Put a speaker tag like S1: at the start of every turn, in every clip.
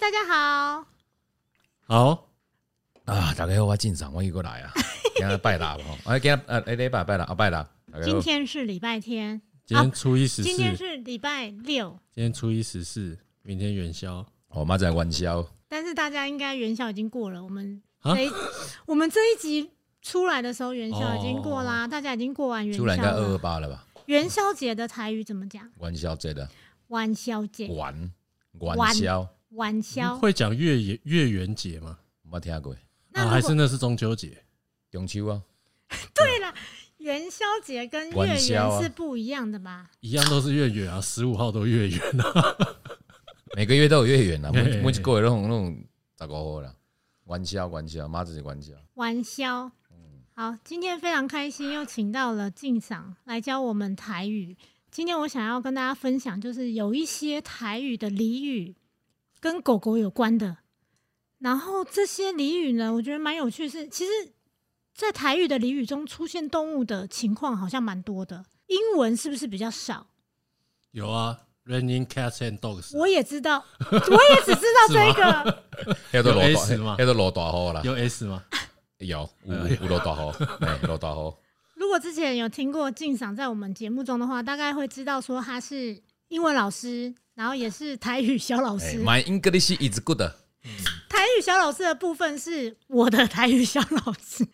S1: 大家好，
S2: 好啊，大家好，我进场，我又过 来啊，给他拜啦，哦，哎，给他呃，哎，礼拜拜啦，啊，拜啦，大家
S1: 今
S2: 好，
S1: 天是礼拜天，
S3: 今天初一十四，
S1: 今天
S3: 今
S1: 是礼拜六，
S3: 天初一十四，明天元宵。
S2: 我妈在玩宵，
S1: 但是大家应该元宵已经过了。我们
S3: 啊
S1: 这一 我们这一集出来的时候，元宵已经过啦，大家已经过完元宵啊
S2: 出来应呃该二二
S1: 了。
S2: 八了吧？
S1: 元宵节的台语怎么讲？
S2: 玩宵节的
S1: 元宵节，
S2: 玩玩宵，
S1: 元宵。
S3: 嗯会讲月圆月圆节吗？
S2: 没听过，
S1: 那
S3: 啊，
S1: 如果
S3: 还是那是中秋节？
S2: 中秋啊，
S1: 对了，元宵节跟月
S2: 元宵
S1: 圆
S2: 啊
S1: 是不一样的吧？
S3: 一样都是月圆啊，十五号都月圆啊。
S2: 每个月都有月圆啦，
S3: 嘿
S2: 每
S3: 嘿嘿
S2: 每一个月都有那种十五号啦，玩宵玩宵，妈就是玩宵，
S1: 元宵。好，今天非常开心，又请到了静赏来教我们台语。今天我想要跟大家分享，就是有一些台语的俚语跟狗狗有关的。然后这些俚语呢，我觉得蛮有趣是，其实，在台语的俚语中出现动物的情况好像蛮多的。英文是不是比较少？
S3: 有啊，Raining Cats and Dogs，
S1: 我也知道，我也只知道这个。
S2: 那都落
S3: 有
S2: 大
S3: S 吗，
S2: 那都落大雨啦，
S3: 有 S 吗？
S2: 有有有落大 雨，哎，落大雨，
S1: 如果之前有听过静赏在我们节目中的话，大概会知道说他是英文老师，然后也是台语小老
S2: 哎
S1: 师。
S2: ，My English is good，
S1: 台语小老师的部分是我的台语小老师，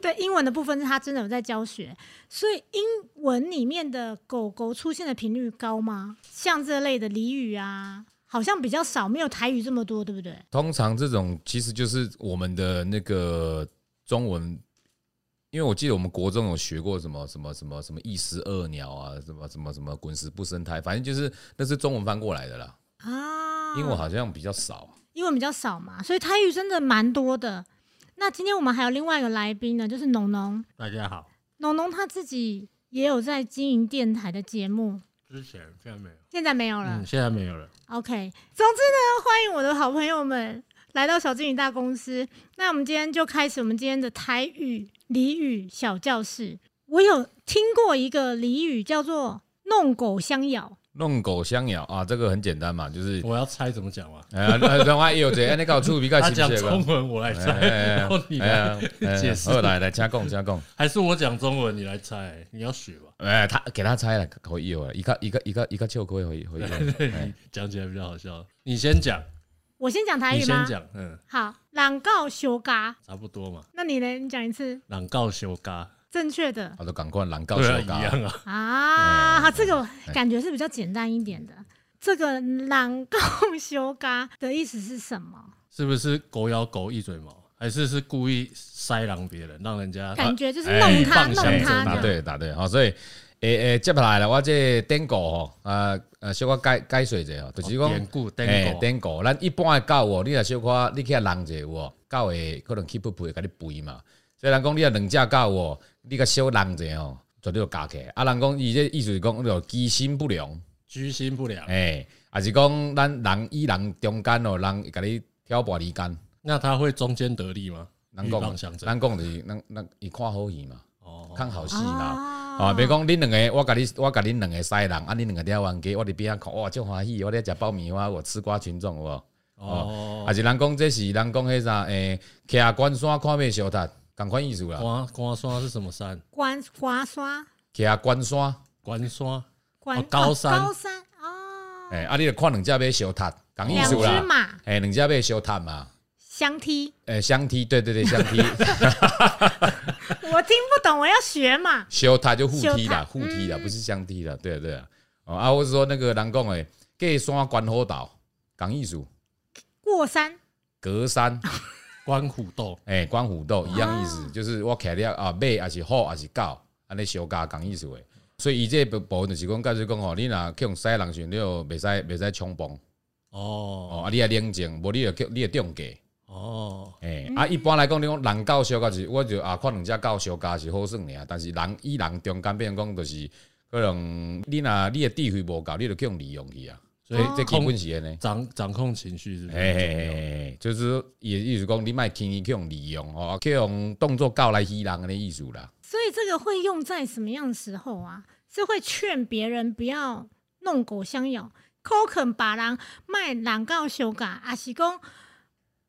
S1: 对英文的部分是他真的有在教学，所以英文里面的狗狗出现的频率高吗？像这类的俚语啊，好像比较少，没有台语这么多，对不对？
S2: 通常这种其实就是我们的那个中文，因为我记得我们国中有学过什么什么什么什么一石二鸟啊，什么什么什么滚石不生胎，反正就是那是中文翻过来的啦。
S1: 啊，
S2: 英文好像比较少，
S1: 英文比较少嘛，所以台语真的蛮多的。那今天我们还有另外一个来宾呢，就是农农。
S3: 大家好，
S1: 农农他自己也有在经营电台的节目，
S3: 之前现在没有，
S1: 现在没有了。
S3: 嗯，现在没有了。
S1: OK，总之呢，欢迎我的好朋友们来到小金鱼大公司。那我们今天就开始我们今天的台语俚语小教室。我有听过一个俚语叫做“弄狗相咬
S2: 弄狗相咬啊，这个很简单嘛，就是
S3: 我要猜怎么讲吗？
S2: 哎呀，另外也有这，哎，你搞出比较
S3: 他
S2: 亲
S3: 讲
S2: 切
S3: 中
S2: 吧。
S3: 文，我来
S2: 哎哎
S3: 猜，
S2: 哎
S3: 然后你
S2: 哎呀
S3: 来
S2: 哎呀
S3: 解释，
S2: 好来来加共加共，
S3: 还是我讲中文，你来猜？你要学吧，
S2: 哎，他给他猜了，可以了，一个一个一个一个就可以回回。哎
S3: 你 讲起来比较好笑。你先讲，”。
S1: 我先讲台
S3: 你
S1: 语
S3: 先
S1: 吗？
S3: 讲，嗯，
S1: 好，朗告修嘎。
S3: 差不多嘛。
S1: 那你呢？你讲一次
S3: 朗告修嘎，
S1: 正确的
S2: 他说赶快狼告
S3: 对啊，
S2: 手
S3: 一
S2: 嘎，
S3: 样啊。
S1: 啊。
S2: 哎
S1: 这个感觉是比较简单一点的。这个“朗告修嘎”的意思是什么？
S3: 是不是狗咬狗一嘴毛，还是是故意塞狼别人，让人家啊
S1: 感觉就是
S2: 哎
S1: 弄他、
S3: 棒
S1: 弄
S3: 下
S2: 哎
S3: 去
S1: 他
S2: 答
S1: 这样。
S2: 对答对，好，哦所以诶诶，接下来了，我这典故吼，啊呃，小可解解释一下吼，就是
S3: 典
S2: 讲。
S3: 故
S2: 诶
S3: 哎典故，
S2: 典故，咱一般的狗哦，你若小可你去遐人者有无？狗会可能去不陪，甲你吠嘛。所以人讲，你若两只狗哦，你甲小人者哦，绝对要夹起来。啊，人讲伊这意思是讲，就居心不良，
S3: 居心不良。
S2: 诶、还是讲咱人与人中间哦，人会甲你挑拨离间。
S3: 那他会中间得利吗？
S2: 人
S3: 鹬蚌
S2: 讲，
S3: 相争
S2: 人讲就是，人人伊看好戏嘛，
S3: 哦，
S2: 看好戏嘛。
S1: 啊
S2: 啊，比如讲恁两个，我甲你，我甲恁两个西人，啊，恁两个伫遐冤家，我伫边仔看，哇，足欢喜，我伫遐食爆米花，我吃瓜群众，有无？
S3: 哦，
S2: 还是人讲这是人讲迄啥，诶，徛关山看马相塔，共款意思啦。
S3: 关关山是什么山？
S1: 关刮刷
S2: 徛关山，
S3: 关山
S1: 关、
S3: 哦高山
S1: 哦高山哦，
S2: 诶，啊，你着看两只马相塔，共意
S1: 两
S2: 思
S1: 只
S2: 啦。
S1: 马
S2: 诶，两只马相塔嘛，
S1: 相踢，
S2: 诶，相踢，对对对，相踢，
S1: 我听不懂，我要学嘛。
S2: 相塔就互踢啦，
S1: 相踢
S2: 互踢啦，不是相踢啦，对啊对啊。哦啊，我是说那个人讲诶，过山观虎斗，共意思，
S1: 过山
S2: 隔山。
S3: 关虎斗，
S2: 哎、关虎斗一样意思，就是我骑了啊，马还是虎还是狗，安尼相加讲意思诶。所以伊这部部分就是讲，解释讲吼，你若去用西人时，你就袂使袂使冲动哦，
S3: 哦
S2: 啊，你也冷静，无你就叫你就中计。
S3: 哦，
S2: 诶、啊，一般来讲，你讲人狗相加是，我就啊看两只狗相加是好耍尔，但是人与人中间变成讲就是可能你若你的智慧无够，你就去用利用去啊。所以这基本是安尼。
S3: 掌掌控情绪是不是
S2: 嘿
S3: 很
S2: 嘿
S3: 重
S2: 嘿
S3: 要？
S2: 嘿，就是说也意思讲，你莫轻易去用利用哦，去用动作搞来欺人的意思啦。
S1: 所以这个会用在什么样的时候啊？是会劝别人不要弄狗相咬，口肯把人卖人到相共，也是讲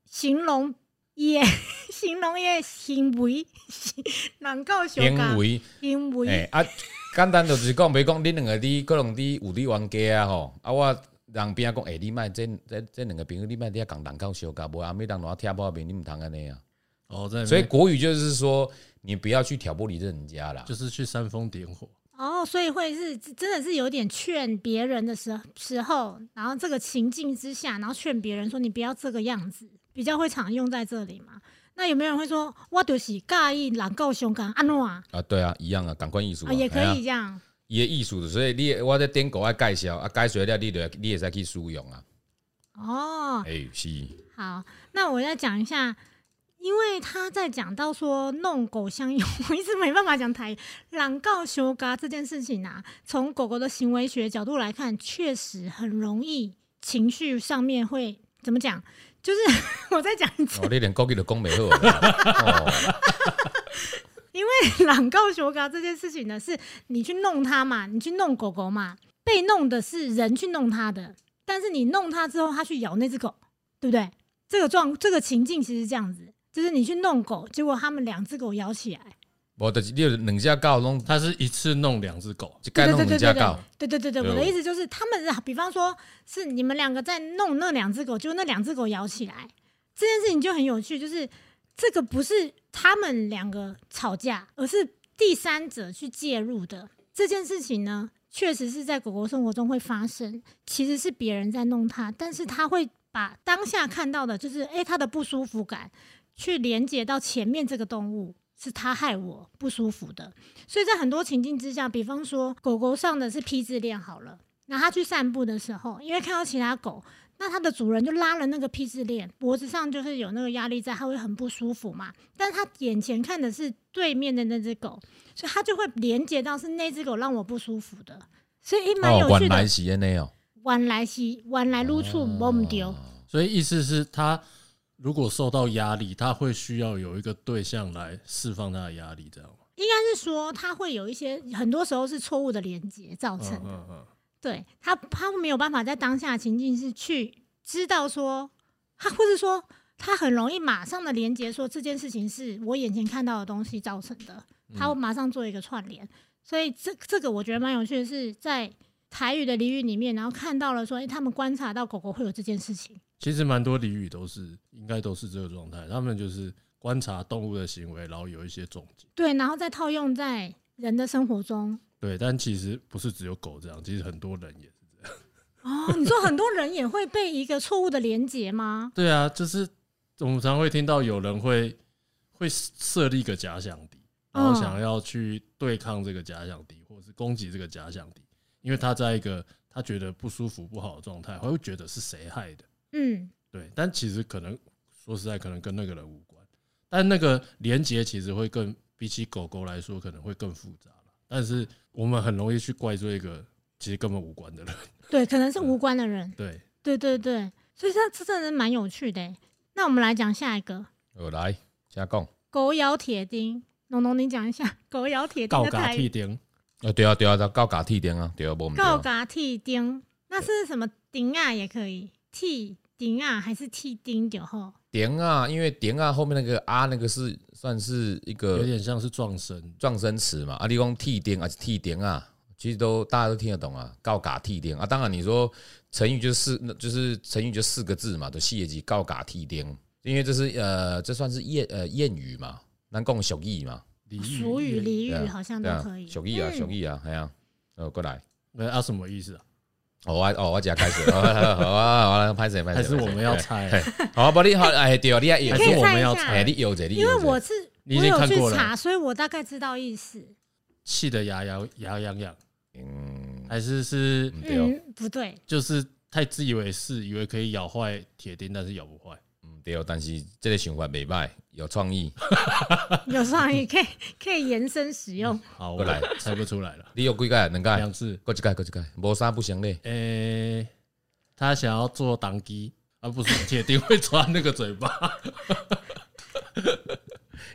S1: 形容伊的 形容伊的行为，是人到相
S2: 因
S1: 共，
S2: 为
S1: 因
S2: 诶
S1: 为
S2: 啊， 简单就是讲，比如讲，你两个伫可能伫有伫冤家啊吼，啊我人边仔讲，诶、欸你莫这这这两个朋友，你莫伫遐共人搞相共，无啊阿妹人哪听破面，你毋通安尼啊。
S1: 嗯
S3: 哦，在
S2: 所
S3: 所
S2: 以
S3: 以
S2: 国语就是说，你不要去挑拨离间人家
S1: 嗯
S2: 啦。
S3: 就是去煽风点火，
S1: 哦，所以会是真的是有点劝别人的时时候，然后这个情境之下，然后劝别人说你不要这个样子，比较会常用在这里嘛。那有没有人会说，我就是介意人够相共安怎啊？
S2: 啊，对啊，一样啊，感官艺术
S1: 啊，也可以
S2: 嘿啊
S1: 这样。
S2: 伊的艺术，所以你我在点狗爱介绍啊，介绍了你就会你会使去使用啊。
S1: 哦，
S2: 诶、是，
S1: 好，那我再讲一下，因为他在讲到说弄狗相拥， 我一直没办法讲台语。懒告修嘎这件事情啊，从狗狗的行为学角度来看，确实很容易情绪上面会怎么讲？就是 我再讲一次，
S2: 哦，你连国语都讲袂好 啊。哦
S1: 因为懒告修嘎这件事情呢，是你去弄它嘛，你去弄狗狗嘛，被弄的是人去弄它的，但是你弄它之后，它去咬那只狗，对不对？这个状这个情境其实是这样子，就是你去弄狗，结果他们两只狗咬起来，
S2: 无，就是你有两只狗拢
S3: 他是一次弄两只狗，
S2: 一概
S1: 对
S2: 弄
S1: 对对
S2: 两只
S1: 对
S2: 狗哦
S1: 对，对对对对，
S2: 对
S1: 我的
S2: 我
S1: 意思就是，他们啊比方说是你们两个在弄那两只狗，就那两只狗咬起来，这件事情就很有趣，就是这个不是他们两个吵架，而是第三者去介入的这件事情呢，确实是在狗狗生活中会发生，其实是别人在弄它，但是他会把当下看到的，就是诶它的不舒服感，去连接到前面这个动物。是它害我不舒服的，所以在很多情境之下，比方说狗狗上的是 P 字链好了，那它去散步的时候，因为看到其他狗，那它的主人就拉了那个 P 字链，脖子上就是有那个压力在，它会很不舒服嘛。但是它眼前看的是对面的那只狗，所以它就会连接到是那只狗让我不舒服的，所以也蛮有
S2: 哦，
S1: 趣
S2: 原
S1: 的
S2: 来。哦是安尼哦。
S1: 晚来西，晚来撸处摸唔丢，
S3: 所以意思是他如果受到压力，他会需要有一个对象来释放他的压力，这样吗。
S1: 但是说它会有一些，很多时候是错误的连接造成的。
S3: 嗯嗯嗯，
S1: 对他，他没有办法在当下的情境是去知道说，他或是说他很容易马上的连接说这件事情是我眼前看到的东西造成的，他会马上做一个串联。所以这这个我觉得蛮有趣的是，在台语的俚语里面，然后看到了说，诶、他们观察到狗狗会有这件事情。
S3: 其实蛮多俚语都是应该都是这个状态，他们就是观察动物的行为，然后有一些总结。
S1: 对，然后再套用在人的生活中。
S3: 对，但其实不是只有狗这样，其实很多人也是。
S1: 哦，你说很多人也会被一个错误的连接吗？
S3: 对啊，就是我们常会听到有人会会设立一个假想敌，然后
S1: 嗯
S3: 想要去对抗这个假想敌，或者是攻击这个假想敌，因为他在一个他觉得不舒服、不好的状态，他会觉得是谁害的。
S1: 嗯，
S3: 对，但其实可能说实在，可能跟那个人无关，但那个连接其实会更比起狗狗来说，可能会更复杂了。但是我们很容易去怪罪一个其实根本无关的人。
S1: 对，可能是无关的人。
S3: 对，
S1: 对对对，所以这这真的是蛮有趣的欸。那我们来讲下一个，
S2: 好来，请讲。
S1: 狗咬铁钉。农农，你讲一下狗咬铁钉
S3: 告
S1: 的
S3: 嘎
S1: 哎台
S3: 屁
S1: 语。
S3: 颠，
S2: 啊，对啊，对啊，咱到家剃顶啊，对啊，无毋对
S1: 告
S2: 啊。
S1: 嘎剃钉，那是什么钉啊？也可以剃钉啊，还是剃钉就好？
S2: 顶啊，因为顶啊后面那个啊，那个是算是一
S3: 有
S2: 个
S3: 点像是撞声。
S2: 撞声词嘛。啊，你讲剃顶啊，是剃顶啊，其实都大家都听得懂啊。告嘎剃顶啊，当然你说成语就是四就是成语就四个字嘛，就四个字告嘎剃顶，因为这是呃这算是谚呃谚语嘛，咱讲俗语嘛，
S3: 俚语
S1: 俗语、
S3: 谚语
S1: 俚
S2: 对
S1: 语
S2: 啊
S1: 好像
S2: 对
S1: 都
S2: 啊
S1: 可以。，
S2: 俗语啊，
S1: 嗯
S2: 俗语啊，哎呀，呃过来。
S3: 那啊什么意思啊？
S2: 哦，我哦，我只开始，好 啊，好啊，拍谁拍谁，
S3: 还是我们要猜啊？
S2: 好，不你好，哎，对，你也
S1: 你
S2: 有
S1: 可
S3: 还是
S1: 以
S3: 我
S1: 猜
S3: 们要
S1: 一
S2: 哎，
S1: 下，
S2: 你有者，你
S1: 因为我是
S3: 你已
S1: 我
S3: 经
S1: 有
S3: 看
S1: 去
S3: 过了
S1: 查，所以我大概知道意思。
S3: 气得牙痒牙痒痒，
S2: 嗯，
S3: 还是是
S2: 嗯对哦，
S1: 嗯，不对，
S3: 就是太自以为是，以为可以咬坏铁钉，但是咬不坏。
S2: 嗯对哦，但是这个想法袂歹，有创意。
S1: 有时候也可以可以延伸使用。
S3: 好，我
S2: 过来
S3: 猜不出来了，
S2: 你有几个？两个？
S3: 两次。
S2: 过一个？过一个？无啥不行嘞。
S3: 诶、他想要做挡机，而、不是铁钉会抓那个嘴巴。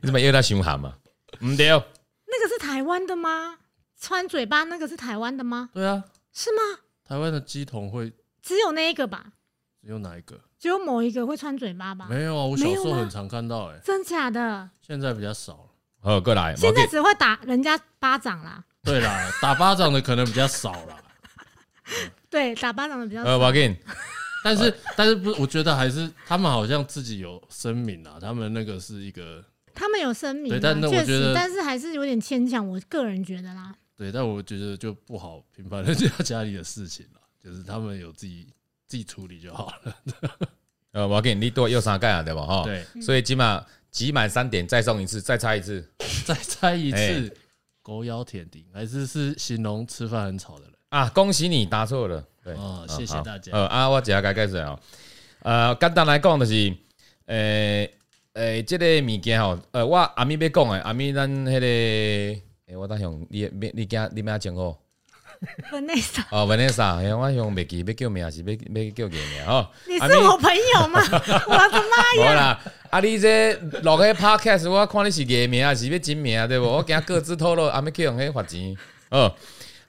S2: 你怎么又在想喊嘛？唔对哦，
S1: 那个是台湾的吗？穿嘴巴那个是台湾的吗？
S3: 对啊，
S1: 是吗？
S3: 台湾的鸡桶会
S1: 只有那一个吧？
S3: 只有哪一个？
S1: 只有某一个会穿嘴巴吧？
S3: 没有啊，我小
S1: 没有
S3: 时候
S1: 吗
S3: 很常看到、欸，哎，
S1: 真假的？
S3: 现在比较少了。
S2: 好，过来，
S1: 现
S2: 马
S1: 在
S2: 克
S1: 只会打人家巴掌啦，
S3: 对啦，打巴掌的可能比较少啦，
S1: 对，打巴掌的比较
S2: 呃，
S1: 少。
S2: 马克，
S3: 但是但是不是？我觉得还是他们好像自己有声明啦，他们那个是一个
S1: 他们有声明啊，
S3: 对但那我
S1: 确
S3: 觉
S1: 实
S3: 得，
S1: 但是还是有点牵强，我个人觉得啦。
S3: 对，但我觉得就不好评判人家家里的事情了， 就是他们有自己自己处理就好了。
S2: 呃，马克，你多右三盖啊，对吧？哈，
S3: 对，
S2: 所以起码集满三点再送一次，再猜一次
S3: 再猜一
S2: 哎
S3: 次，狗咬铁钉还是是形容吃饭很吵的人。
S2: 啊！恭喜你答错了，对，
S3: 哦
S2: 嗯
S3: 谢谢
S2: 好
S3: 大家
S2: 呃啊，我一下该介绍哦，呃，简单来讲就是，诶诶，这个物件吼，呃，我阿咪要讲诶，阿咪咱迄个，诶，我当用你你你惊你咩称呼？
S1: 分类上，
S2: 哦，Vanessa，嘿我用袂记要叫名还是要要叫艺名吼？
S1: 你
S2: 阿
S1: 是
S2: 咪
S1: 我朋友 吗？我的妈！
S2: 无啦，啊你这落个 podcast，我看你是艺名还是要真名对无？我惊各自透露， 阿咪去用迄罚钱。哦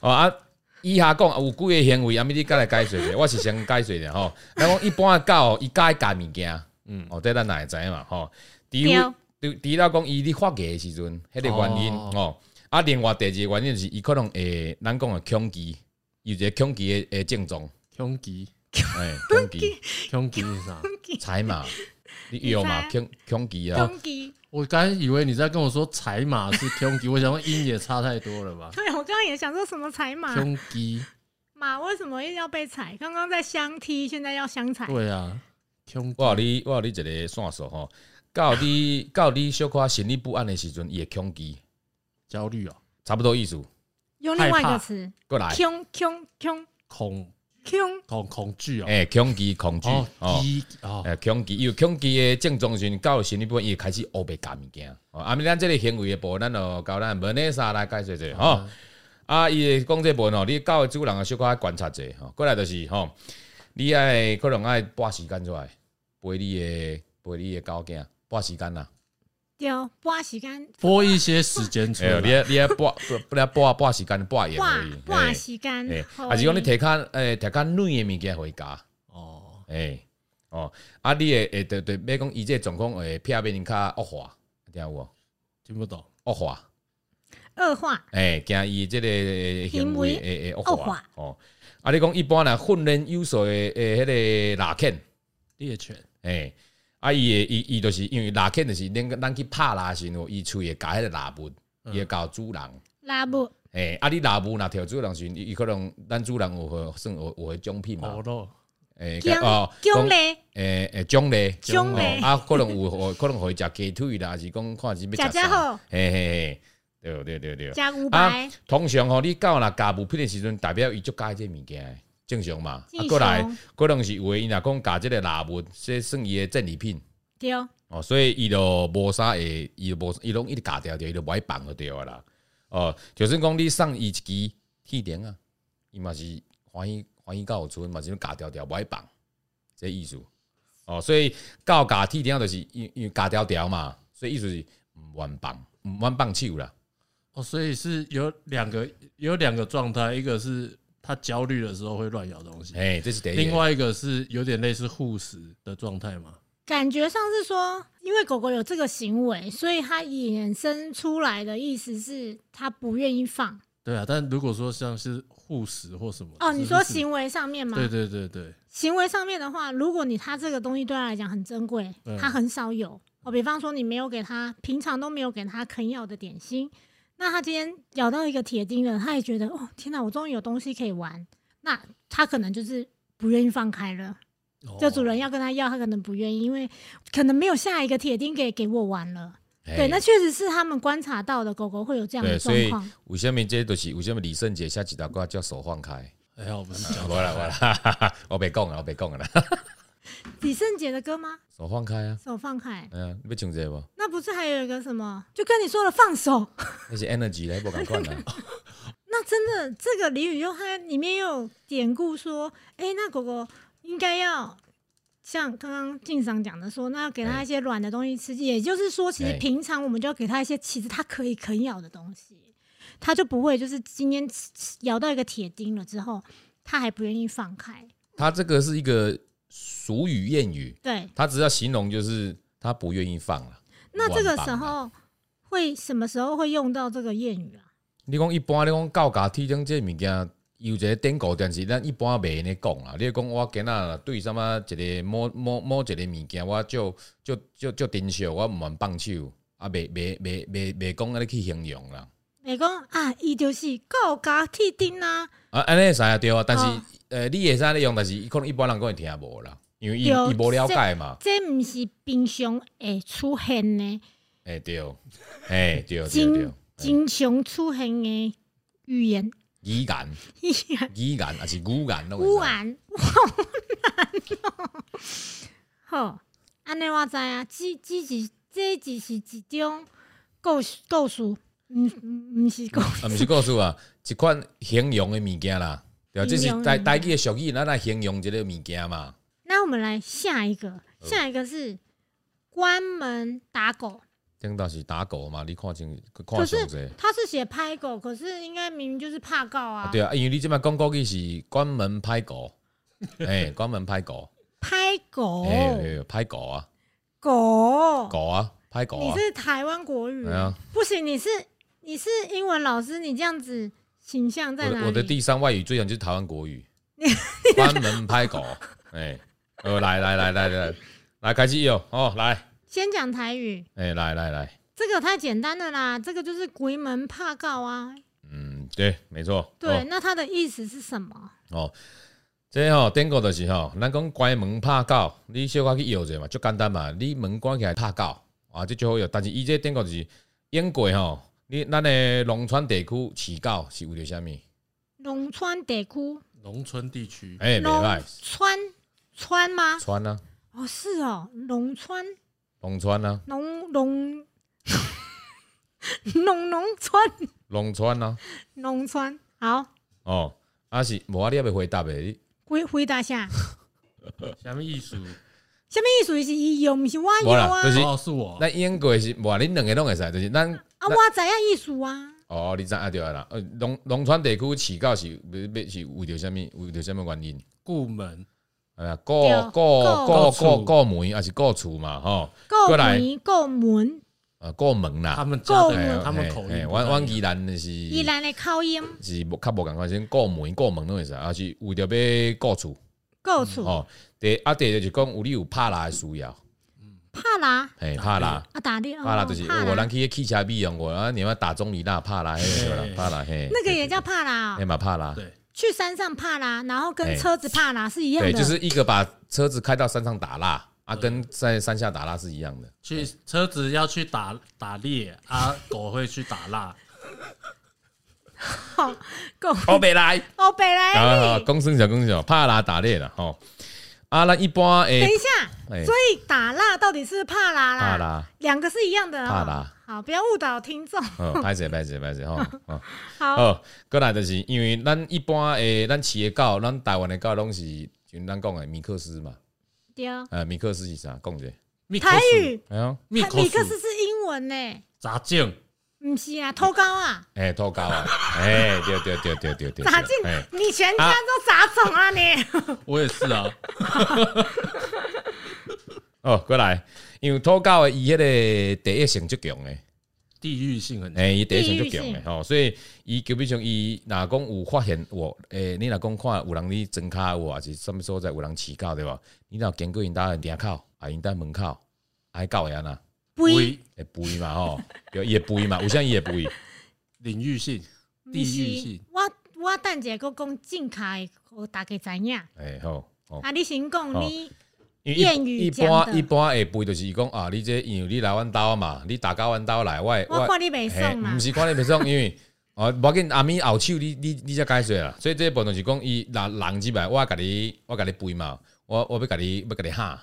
S2: 哦啊，以下讲有几个行为，阿啊咪你甲来解释者，我是先解释者吼。咱讲一般的狗，伊爱夹物件，嗯，哦，这咱哪会知嘛吼？除
S1: 对
S2: 除除了讲伊咧发芽的时阵，迄个原因
S3: 哦
S2: 哦。啊，另外第二个原因就是伊可能会咱讲的恐惧，有一个恐惧的的症状，
S3: 恐惧，
S2: 哎， 恐惧，
S3: 恐惧是啥？
S2: 猜嘛，你有 嘛？恐恐惧啊。
S1: 攻击，
S3: 我刚才以为你在跟我说踩马是恐惧，我想说音也差太多了 吧？
S1: 对我刚刚也想说什么踩马
S3: 恐惧，
S1: 马，为什么一定要被踩？刚刚在相踢，现在要相踩，
S3: 对啊，恐
S2: 我有你，我有你一个线索吼，到你到你小可心理不安的时阵，伊会恐惧，
S3: 焦虑啊，
S2: 差不多意思。
S1: 用另外一
S3: 害
S1: 个
S3: 怕哎
S1: 词，
S2: 过来，
S1: 恐恐恐
S3: 恐
S1: 恐，
S3: 恐恐惧啊，
S2: 诶，恐惧恐惧
S3: 哦，
S2: 哦，
S3: 一哦，
S2: 诶，恐惧，有恐惧的症状时，到心理不安，伊会开始乌白夹物件。哦，啊，咪咱这个行为的部分，咱就交咱文内莎来解释者吼。
S3: 嗯
S2: 啊，伊会讲这部分哦，你教的主人啊，小可爱观察者吼。过来就是吼，你爱可能爱拨时间出来陪你的陪你的狗囝，拨时间啦。
S1: 丢哦挖洗干，
S3: 拨一些时间出
S2: 哎呦，
S3: 来
S2: 你。要你 要拨不不要拨拨时间拨盐
S1: 挖
S2: 而已。
S1: 挖
S2: 嘿
S1: 洗干
S2: 诶，，
S1: 好
S3: 啊
S2: 还是讲你摕较诶，摕较软的物件回家，
S3: 哦，
S2: 诶，哦，啊，你会会对对，要讲伊这个状况会片面较恶化，听有无？
S3: 听不懂。
S2: 恶化，
S1: 恶化，
S2: 诶，惊伊这个行为会会恶
S1: 恶
S2: 化
S1: 化，
S2: 哦，啊，你讲一般啦，训练有素的诶，迄个拉肯，
S3: 猎犬
S2: 诶，啊，伊会伊伊就是因为拉肯就是咱咱去拍拉的时候，伊喙会咬迄个拉物，伊会咬主人。
S1: 拉不
S2: 诶、啊！你老母若跳主人时，伊伊可能咱主人有会算有有会奖品嘛
S3: 哦？咯，
S2: 诶、
S1: 惊
S2: 哦，
S1: 惊嘞，
S2: 诶诶，奖励
S1: 奖励
S2: 哦啊，可能有互可能互伊食鸡腿啦，还是讲看是要
S1: 假
S2: 食
S1: 假
S2: 啥？
S1: 后
S2: 嘿嘿嘿，对对对对。
S1: 加五
S2: 啊
S1: 百，，
S2: 通常吼，你到若夹物品的时阵，代表伊就加这物件的，正常嘛。啊
S1: 正，
S2: 过来
S1: 常
S2: 可能是有的伊若讲加即个蜡物，这算伊的战利品
S1: 丢
S2: 哦，所以伊就无啥会，伊就无伊拢一直夹掉掉，伊就无爱放就对啊啦。哦，就算讲你送伊一支铁钉啊，伊嘛是欢喜欢喜到有剩嘛是夹掉掉无爱放，这意思。哦，所以到夹铁钉啊就是因因为夹掉掉嘛，所以意思是毋愿放，毋愿放手啦。
S3: 哦，所以是有两个有两个状态，一个是他焦虑的时候会乱咬东西，
S2: 哎，这是第一个。
S3: 另外一个是有点类似护食的状态嘛。
S1: 感觉上是说，因为狗狗有这个行为，所以它衍生出来的意思是它不愿意放。
S3: 对啊，但如果说像是护食或什么，
S1: 哦，
S3: 是
S1: 你
S3: 不
S1: 说
S3: 是？
S1: 行为上面吗？
S3: 对对对对，
S1: 行为上面的话，如果你它这个东西对它来讲很珍贵，
S3: 嗯
S1: 它很少有。哦，比方说你没有给它平常都没有给它啃咬的点心，那它今天咬到一个铁钉了，它也觉得哦天哪，我终于有东西可以玩。那它可能就是不愿意放开了。
S2: 哦
S3: 哦
S1: 这主人
S3: 要
S1: 要跟他要，他可能不愿意，因为可能没有下一个铁钉给给我玩了。
S2: 嘿
S1: 对，那确实是他们观察到的，狗狗会有这样的
S2: 对，所
S1: 状
S2: 以
S1: 况。
S2: 为什么这都是为什么李圣杰下几道歌叫手放开？
S3: 哎呀，我不是 讲
S2: 无啦无
S3: 了，
S2: 啦， 我别讲了，我别讲了啦，
S1: 李圣杰的歌吗？
S2: 手放开啊！
S1: 手放开，
S2: 哎呀，你要唱这个无？
S1: 那不是还有一个什么？就跟你说了，放手。
S2: 那是 energy 来无共款啦。
S1: 那真的，这个俚语就它里面也有典故说，哎、那狗狗应该要像刚刚静赏讲的说，那要给它
S2: 哎
S1: 一些软的东西吃。也就是说，其实
S2: 哎
S1: 平常我们就要给它一些其实它可以啃咬的东西，它就不会就是今天咬到一个铁钉了之后，它还不愿意放开。
S2: 它这个是一个俗语谚语，
S1: 对，
S2: 它只要形容就是他不愿意放了。
S1: 那这个时
S2: 晚班啊，
S1: 候会什么时候会用到这个谚语啊？
S2: 你讲一般你讲到家体征这物件。有一个典故，但是咱一般袂安尼讲啦。你讲我今仔若对什么一个某某某一个物件，我就就就就珍惜，我毋愿放手，啊，袂袂袂袂袂讲安尼去形容啦。
S1: 会讲啊，伊就是到家铁钉啊，
S2: 啊，安尼会使啊，对啊，但是
S1: 哦
S2: 呃，你会使咧用，但是可能一般人可能听无啦，因为伊
S1: 对
S2: 伊无了解嘛，
S1: 这毋是平常会出现的，
S2: 诶，对，诶，对对对
S1: 经，经常出现的语言。
S2: 语言
S1: 语言
S2: 语言还是语言拢
S1: 污
S2: 会使。
S1: 染，我好哦难哦。好，安尼我知啊，只只是这只是一种故事故事，毋毋是故
S2: 啊，毋
S1: 事。
S2: 是故事啊，一款形容的物件啦，对啊，这
S1: 形
S2: 是
S1: 容的
S2: 台
S1: 物件
S2: 台语的俗语，咱来形容一个物件嘛。
S1: 那我们来下一个，
S2: 嗯
S1: 下一个是关门打狗。
S2: 顶到是打狗嘛，你看清
S1: 可
S2: 看
S1: 是
S2: 详细。
S1: 他是写拍狗，可是应该明明就是怕告啊
S2: 啊，对啊，因为你即摆讲国语是关门 拍狗，诶，关门拍狗，
S1: 拍狗
S2: 诶，诶拍狗啊，
S1: 狗，
S2: 哎狗啊，拍狗
S1: 你
S2: 啊，
S1: 是台湾国语
S2: 哎呀，
S1: 不行，你是你是英文老师，你这样子形象在
S2: 我
S1: 哪
S2: 的
S1: 里？
S2: 我的第三外语最强就是台湾国语， 关门拍狗。哎、呃，来来来来来来，开始哟哦，来，
S1: 先讲台语，
S2: 哎、来来来，
S1: 这个太简单了啦，这个就是鬼门怕告啊。
S2: 嗯，对，没错，
S1: 对，
S2: 哦，
S1: 那它的意思是什么？
S2: 哦这吼、顶个就是吼、咱讲关门拍狗，你小可去摇者嘛，足简单嘛，你门关起来拍狗啊，这就好摇。但是伊这顶个就是英国吼、你咱的农村地区饲狗是为了啥物？
S1: 农村地区，
S3: 农村地区
S2: 哎、欸，袂
S1: 农
S2: 歹，
S1: 村村吗？
S2: 川啊，
S1: 哦，是哦，农村
S2: 农村啊，
S1: 农农 农农村
S2: 农村啊，
S1: 农村。好，
S2: 哦，啊是，无啊，你也袂回答诶，你
S1: 回回答下，
S2: 哎
S3: 下面艺术
S1: 什么意思？是伊有，不是我有
S2: 无啦
S1: 啊？
S2: 就是
S3: 哦是我
S2: 咱英国是无，啊恁两个拢会使，就是咱
S1: 啊，我知影意思啊。
S2: 哦，你知啊对啊啦。呃，农农村地区饲狗是要是为着什物，为着什物原因？
S3: 顾门
S1: 对
S2: 啊，顾顾
S3: 顾
S2: 顾
S3: 厝
S2: 顾顾门，还是顾厝嘛？吼，
S1: 够
S2: 过来
S1: 门够门，
S2: 啊，顾门
S3: 他
S2: 啦。哎
S3: 们家
S1: 顾
S3: 的
S1: 门
S3: 他们口音不
S2: 阮
S3: 太
S2: 阮
S3: 一样，
S2: 宜兰的是
S1: 依然的口音
S2: 是无较无共款，先顾门顾门拢会使，啊是为着要顾厝
S1: 够处，
S2: 吼。第啊第就是讲有你有拍蜡的需要，
S1: 怕啦
S2: 嘿，拍蜡。
S1: 啊打的，
S2: 拍蜡
S1: 哦
S2: 就是
S1: 怕啦
S2: 有人去那汽车美容过，啊，你要打棕榈蜡拍蜡，迄个对啦
S3: 嘿
S2: 拍蜡嘿，
S1: 那个也叫帕拉、
S2: 嘿
S1: 哦，
S2: 嘛拍蜡。
S3: 对，
S1: 去山上帕拉，然后
S2: 嗯哎
S1: 跟车子帕拉是一样的，
S2: 对，就是一个把车子开到山上打蜡啊，跟在山下打蜡是一样的。
S3: 去车子要去打打猎啊，狗会去打 蜡，
S1: 好够
S2: 欧北来
S1: 欧北来
S2: 啊，
S1: 而已。
S2: 公升小公升小，怕蜡打猎了吼。啊，那一般
S1: 等
S2: 诶，
S1: 一下，
S2: 哎
S1: 所以打蜡到底是帕拉啦？
S2: 怕蜡，
S1: 两个是一样的、哦。
S2: 帕拉
S1: 好，不要误导听众。
S2: 嗯，拍谁拍谁拍谁吼。哦
S1: 好，
S2: 好，过来就是因为咱一般诶，咱饲的狗，咱台湾的狗拢是像咱讲的米克斯嘛，
S1: 对，哦
S2: 呃，米克斯是啥？讲者，
S3: 密
S1: 台
S3: 口鼠
S1: 语，
S2: 哎呦，
S3: 密
S1: 它
S3: 口
S1: 米克斯
S3: 鼠
S1: 是英文呢，
S3: 杂酱
S1: 不是啊，偷高啊，
S2: 哎，土狗 啊，哎，对对对对对对，
S1: 咋进
S2: 哎，
S1: 你全家都杂种啊你？
S3: 我也 是啊，
S2: 哦，过来，因为土狗的伊迄个第一性足强诶。
S3: 地域性很强，
S2: 诶，伊哎第一性就强诶吼，所以伊基本上伊若讲有发现有诶、你若讲看有人咧装卡有啊，是啥物所在有人饲狗对无？你若经过因搭店口，啊因搭门口，啊迄狗会安那
S1: 不一，
S3: 微
S2: 会吠嘛吼， 对，伊会吠嘛，有啥伊会吠，
S3: 领域性、地域性，
S1: 不是我我等一下佫讲进卡的，我大概知影。
S2: 诶、哎吼吼。
S1: 啊，你先讲
S2: 哦
S1: 你。
S2: 因为
S1: 谚语
S2: 一一
S1: 讲
S2: 般
S1: 的
S2: 一般会吠就是伊讲啊，你这因为你来阮兜嘛，你打到阮兜来，我会
S1: 我看你袂爽啦
S2: 毋是看你袂爽，因为 哦，无要紧，阿咪后手你你你才解释啦。啊所以这部分就是讲，伊人人之摆，我甲你我甲你肥嘛，我我要甲你要甲你吓，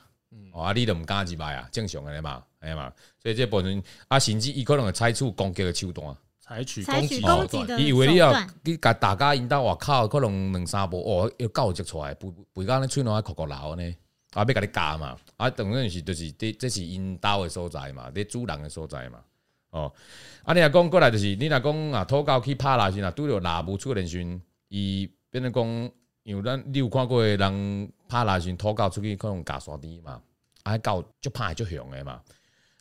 S2: 哦，啊你都毋敢之摆啊，正常安尼嘛，安尼嘛。所以这部分啊，甚至伊可能会采取攻击的手段，
S3: 采取
S1: 采
S3: 攻
S1: 取
S3: 击
S1: 攻
S3: 手
S1: 击
S3: 段
S1: 的
S2: 伊以为你要
S1: 手段
S2: 你甲大家引到外口，可能两三步哦，要狗接出来，肥肥到安尼喙暖口口流呢。啊，要甲你教嘛，啊，当然是就是这这是因兜的所在嘛，你主人的所在嘛。哦，啊，你若讲过来就是，你若讲啊，土狗去拍蜡时若拄着蜡无出的时阵，伊变成讲因为咱你有看过的人拍拉线拖狗出去，可能夹沙地嘛，啊，狗就拍就凶的嘛。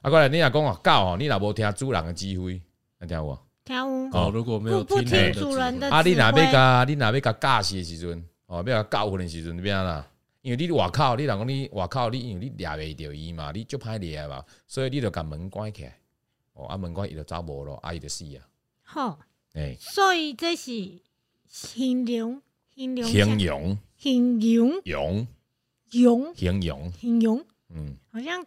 S2: 啊，过来你若讲哦，狗吼，你若无听主人的指挥，你听有无？
S1: 听有
S3: 哦，如果没有
S1: 不不
S3: 人
S1: 听
S3: 的
S1: 主
S3: 指
S1: 人
S3: 挥
S1: 的
S2: 啊，你
S1: 指
S2: 若要
S1: 挥
S2: 甲你若要甲驾驶的时阵，哦，要甲教训的时阵，你变啊啦？因为你外口，你若讲你外口，你因为你掠袂着伊嘛，你就歹掠嘛，所以你就甲门关起来。哦，啊门关伊就走无咯，啊伊就死啊。
S1: 好，
S2: 诶、
S1: 所以这是形容形容
S2: 形容
S1: 形容
S2: 容
S1: 容
S2: 形容，
S1: 形容，
S2: 嗯，
S1: 好像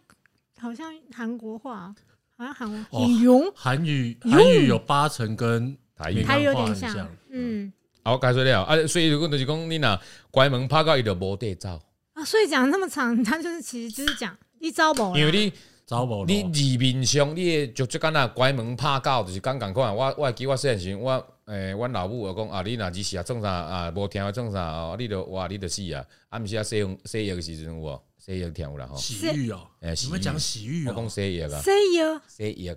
S1: 好像韩国话，哦好像韩国
S3: 哦
S1: 形容，
S3: 韩语
S1: 哟
S3: 韩语有八成跟
S2: 台
S3: 闽
S2: 语。
S1: 它有
S3: 南话
S1: 点
S3: 很
S1: 像，嗯
S2: 啊，我解释了啊，所以如果就是讲你若关门拍到伊就无地走，
S1: 啊，所以讲那么长，他就是其实就是讲一招某啦，
S2: 因为你。
S3: 糟无
S2: 你
S3: 咯。
S2: 字面上，你的就即敢若拐门拍狗，就是讲共款。我我会记我细汉时，我诶，阮、老母就讲啊，你若日时啊创啥啊，无听话创啥哦，你就哇，你就死啊。啊，毋是啊，洗红洗浴的时阵有无？洗浴听有啦吼。
S3: 洗浴哦，
S2: 哎
S3: 你们讲洗浴
S2: 我
S3: 哦
S2: 讲，洗浴啊，
S1: say you
S2: 洗浴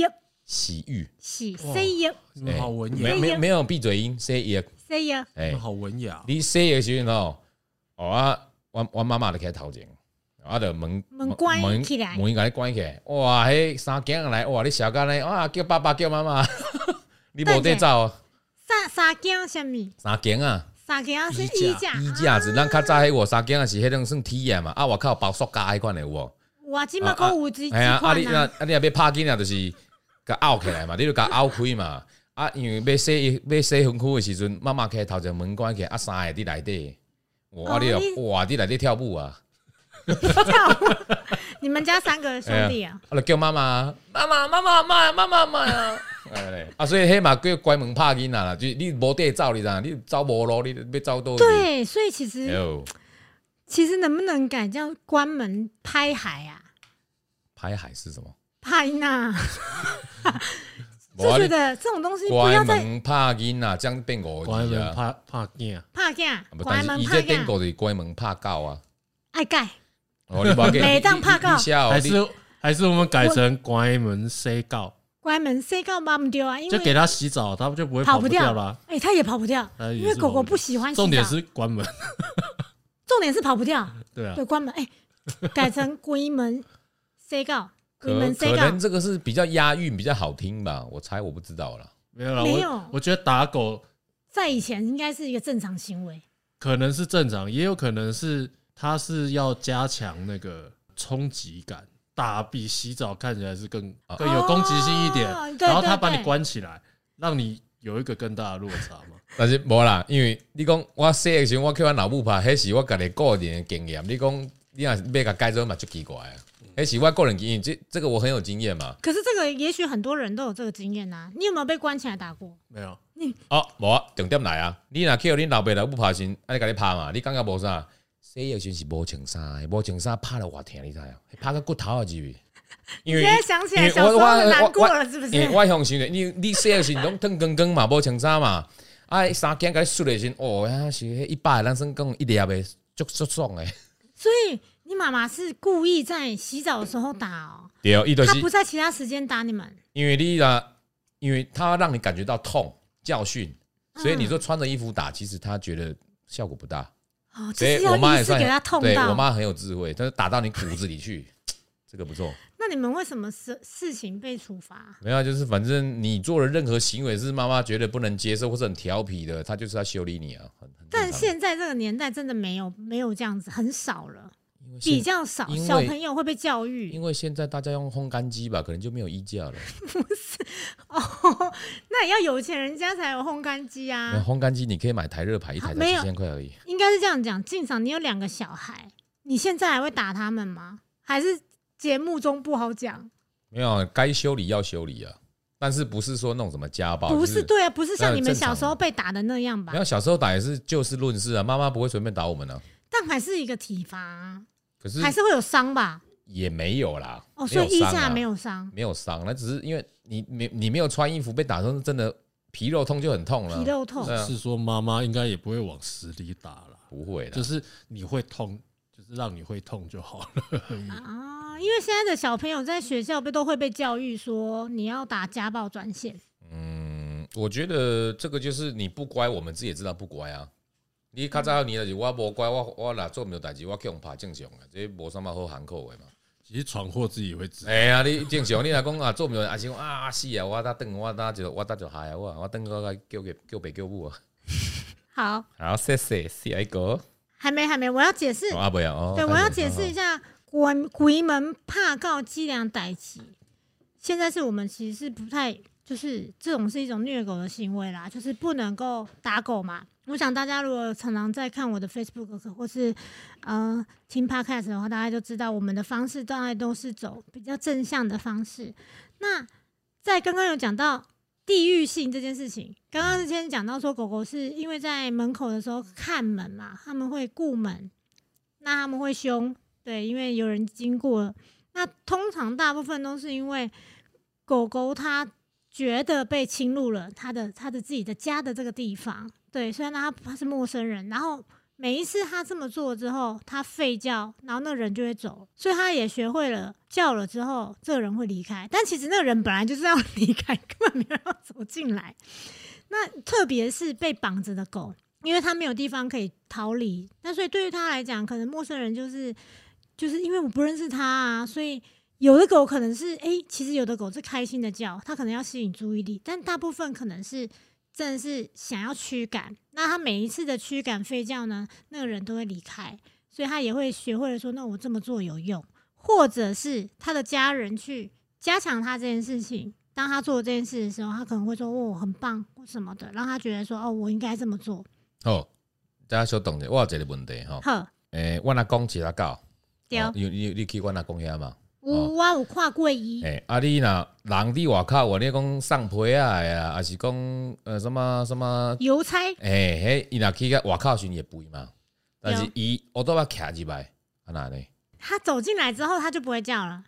S1: yep
S2: 洗浴，
S1: 是
S3: 哇
S1: say you
S3: 你们好文
S2: 哎没
S3: 雅
S2: 有，没有没有闭嘴音，洗浴。
S1: say you
S2: 诶、
S3: 你们好文雅。
S2: 你洗浴的时阵吼，哦啊，阮阮妈妈就起来头前，啊，就门
S1: 门关
S2: 门
S1: 起来
S2: 门甲你关起来。哇，迄三囝仔来，哇，你小囝来，哇，叫爸爸叫妈妈，你无地走哦。
S1: 三三件什么？
S2: 三间啊，
S1: 三件是
S3: 衣
S1: 衣
S3: 架
S1: 架，
S2: 衣架子，咱较早迄个三间啊是迄种算体验嘛，啊外口包塑胶迄款的有无？
S1: 我即嘛讲有几几
S2: 哎呀，啊你
S1: 款
S2: 若
S1: 啊，
S2: 啊你若要拍紧啊，就是甲拗起来嘛，你就甲拗开嘛。啊，因为要洗要洗身躯的时阵，妈妈开头前门关起，来，啊三个伫内底，哇，啊
S1: 哦
S2: 你
S1: 你
S2: 就哇伫内底跳舞啊，
S1: 你们家三个兄
S2: 哎
S1: 弟
S2: 呀
S1: 啊，
S2: 啊就叫妈妈，妈妈妈妈妈妈妈妈呀，哎嘞啊所以迄嘛叫关门拍紧啊啦，就是你无地走你知影，你走无路，你要走倒去。
S1: 对，所以其
S2: 哎
S1: 实
S2: 呦，
S1: 其实能不能改叫关门拍海啊？
S2: 拍海是什么？
S1: 拍呐，就
S2: 无啊啊
S1: 觉
S2: 你
S1: 得这种东西不
S2: 关
S1: 要再
S2: 门拍囡仔，这样变五
S3: 关
S2: 字
S3: 门
S2: 啊。
S3: 怕怕惊，
S1: 怕架
S2: 啊不，但
S1: 关
S2: 是
S1: 门哎
S2: 伊
S1: 怕
S2: 这变
S1: 架，
S2: 狗就是关门拍狗啊。
S1: 爱盖
S2: 哦，你把给
S1: 每当拍狗
S3: 还
S2: 还
S3: 是还是我们改成关门塞告，
S1: 关门谁告妈不丢啊？因
S3: 就给
S1: 为
S3: 它洗澡，它就不会
S1: 跑
S3: 不
S1: 不
S3: 掉
S1: 掉
S3: 啦。
S1: 哎，它也跑不掉，
S3: 它也是
S1: 因为狗
S3: 跑
S1: 狗
S3: 不
S1: 不喜欢洗澡。
S3: 重点是关门，
S1: 重点是跑不掉，
S3: 对啊
S1: 对，，关门哎，改成关门谁告？
S2: 可
S1: 关门
S2: 可
S1: 谁告
S2: 能？这个是比较押韵，比较好听吧？我猜我不知道啦。
S3: 没有啦，
S1: 没有
S3: 我我觉得打狗
S1: 在以前应该是一个正常行为。
S3: 可能是正常，也有可能是它是要加强那个冲击感，打比洗澡看起来是更
S2: 啊
S3: 更有攻击性一点
S1: 哦，对
S3: 然后它
S1: 对
S3: 把你
S1: 对
S3: 关起来，让你有一个更大的落差嘛。
S2: 但是无啦，因为你讲我细的时阵，我叫阮老母拍，迄是我家己个人的经验。你讲你若要甲改造嘛，就奇怪啊。迄是我个人经验，这这个我很有经验嘛。
S1: 可是这个也许很多人都有这个经验啊呐、你有没有被关起来打过？
S3: 没有，
S2: 哦，无啊，重点来啊！你若叫恁老爸老母拍时，安尼甲你拍嘛，你感觉无啥？洗的时是无穿衫的，无穿衫拍了偌疼，你知影？拍到骨头啊，入去。因为
S1: 现在想起来
S2: 因为
S1: 小时候
S2: 我我
S1: 难过
S2: 我
S1: 了，是不
S2: 因为
S1: 是？
S2: 我相信的，你你洗的时候拢烫光光嘛，无穿衫嘛，啊，衫件甲你甩的时候，哦，那是迄一百，咱算讲一粒的，足足爽的。
S1: 所以你妈妈是故意在洗澡的时候打哦，
S2: 对，伊就
S1: 她
S2: 是
S1: 不在其他时间打你们。
S2: 因为你啊，因为他让你感觉到痛教训，所以你说穿着衣服打，其实他觉得效果不大。
S1: 哦，就
S2: 所
S1: 是
S2: 以我妈
S1: 要一
S2: 也
S1: 次
S2: 算
S1: 给她痛
S2: 对我
S1: 到。
S2: 妈很有智慧，但是打到你骨子里去，这个不错。
S1: 那你们为什么事事情被处罚？
S2: 没有啊，就是反正你做的任何行为是妈妈觉得不能接受或者很调皮的，她就是要修理你啊。很很正
S1: 但
S2: 常
S1: 现在这个年代真的没有没有这样子，很少了，
S2: 因为
S1: 比
S2: 现
S1: 较少。
S2: 因为
S1: 小朋友会被教育
S2: 因为现在大家用烘干机吧，可能就没有衣架了。
S1: 哦， 那也要有钱人家才有烘干机啊。
S2: 那烘干机你可以买台热牌，一台才
S1: 没有
S2: 七千块而已。
S1: 应该是这样讲，进赏，你有两个小孩，你现在还会打他们吗？还是节目中不好讲？
S2: 没有，啊该修理要修理啊，但是不是说那种什么家暴？
S1: 不，
S2: 哦就是
S1: 对啊，不是像
S2: 那
S1: 你们
S2: 正常
S1: 小时候被打的那样吧
S2: 没？有小时候打也是就事论事啊，妈妈不会随便打我们啊。
S1: 但还是一个体罚啊、
S2: 可是
S1: 还是会有伤吧？
S2: 也没有啦，
S1: 哦，
S2: 没
S1: 所
S2: 有
S1: 以衣
S2: 伤
S1: 架
S2: 啊
S1: 没有伤，
S2: 没有伤，那只是因为你没你没有穿衣服被打中，真的皮肉痛就很痛了。
S1: 皮肉痛
S2: 对。啊
S3: 是说妈妈应该也不会往死里打啦，
S2: 不会
S3: 就
S2: 的，
S3: 是你会痛，就是让你会痛就好了。
S1: 啊，因为现在的小朋友在学校被都会被教育说你要打家暴专线，
S2: 嗯，我觉得这个就是你不乖，我们自己也知道不乖啊。你较早你就是我无乖，我我若做毋着代志，我去互拍正常啊，这无啥物好含口的嘛。
S3: 其实闯祸自己会知道。
S2: 哎呀，你正常，你若讲啊做毋着，啊是讲啊啊死啊，我搭等我搭就我搭就害啊我，我等个叫叫叫爸叫母啊。
S1: 好，
S2: 好，谢谢，下一个。
S1: 还没还没，我要解释，
S2: 哦阿伯啊，哦
S1: 对，我要解释一。
S2: 好好
S1: 下鬼鬼门怕告伎俩逮起，现在是我们其实是不太，就是这种是一种虐狗的行为啦，就是不能够打狗嘛。我想大家如果常常在看我的 Facebook 或是呃听 Podcast 的话，大家就知道我们的方式大概都是走比较正向的方式。那在刚刚有讲到地域性这件事情，刚刚之前讲到说狗狗是因为在门口的时候看门嘛，他们会顾门，那他们会凶，对，因为有人经过了。那通常大部分都是因为狗狗它觉得被侵入了它的它的自己的家的这个地方，对，虽然它它是陌生人，然后每一次它这么做之后，它吠叫，然后那个人就会走，所以它也学会了叫了之后，这个人会离开，但其实那个人本来就是要 离开，根本没有要走进来。那特别是被绑着的狗，因为它没有地方可以逃离，那所以对于它来讲，可能陌生人就是就是因为我不认识它啊，所以有的狗可能是诶，其实有的狗是开心的叫，它可能要吸引注意力，但大部分可能是真的是想要驱赶。那它每一次的驱赶吠叫呢，那个人都会离开，所以它也会学会了说，那我这么做有用，或者是他的家人去加强他这件事情。当他做这件事的时候，他可能会说：“哦，很棒，或什么的，让他觉得说，哦，我应该这么做。
S2: 好，大家稍等者，我有一个问题吼”，
S1: 呵，
S2: 诶，我若讲一下狗，
S1: 对，
S2: 哦你你你去我若讲遐嘛？
S1: 有啊我有跨过伊，
S2: 诶、啊你若人伫外口，我你讲送皮啊的啊，还是讲呃什么什么？
S1: 邮差
S2: 诶、迄伊若去个外口的时阵也肥嘛，但是
S1: 对
S2: 伊我都要徛入来，安那呢？
S1: 他走进来之后，他就不会叫了。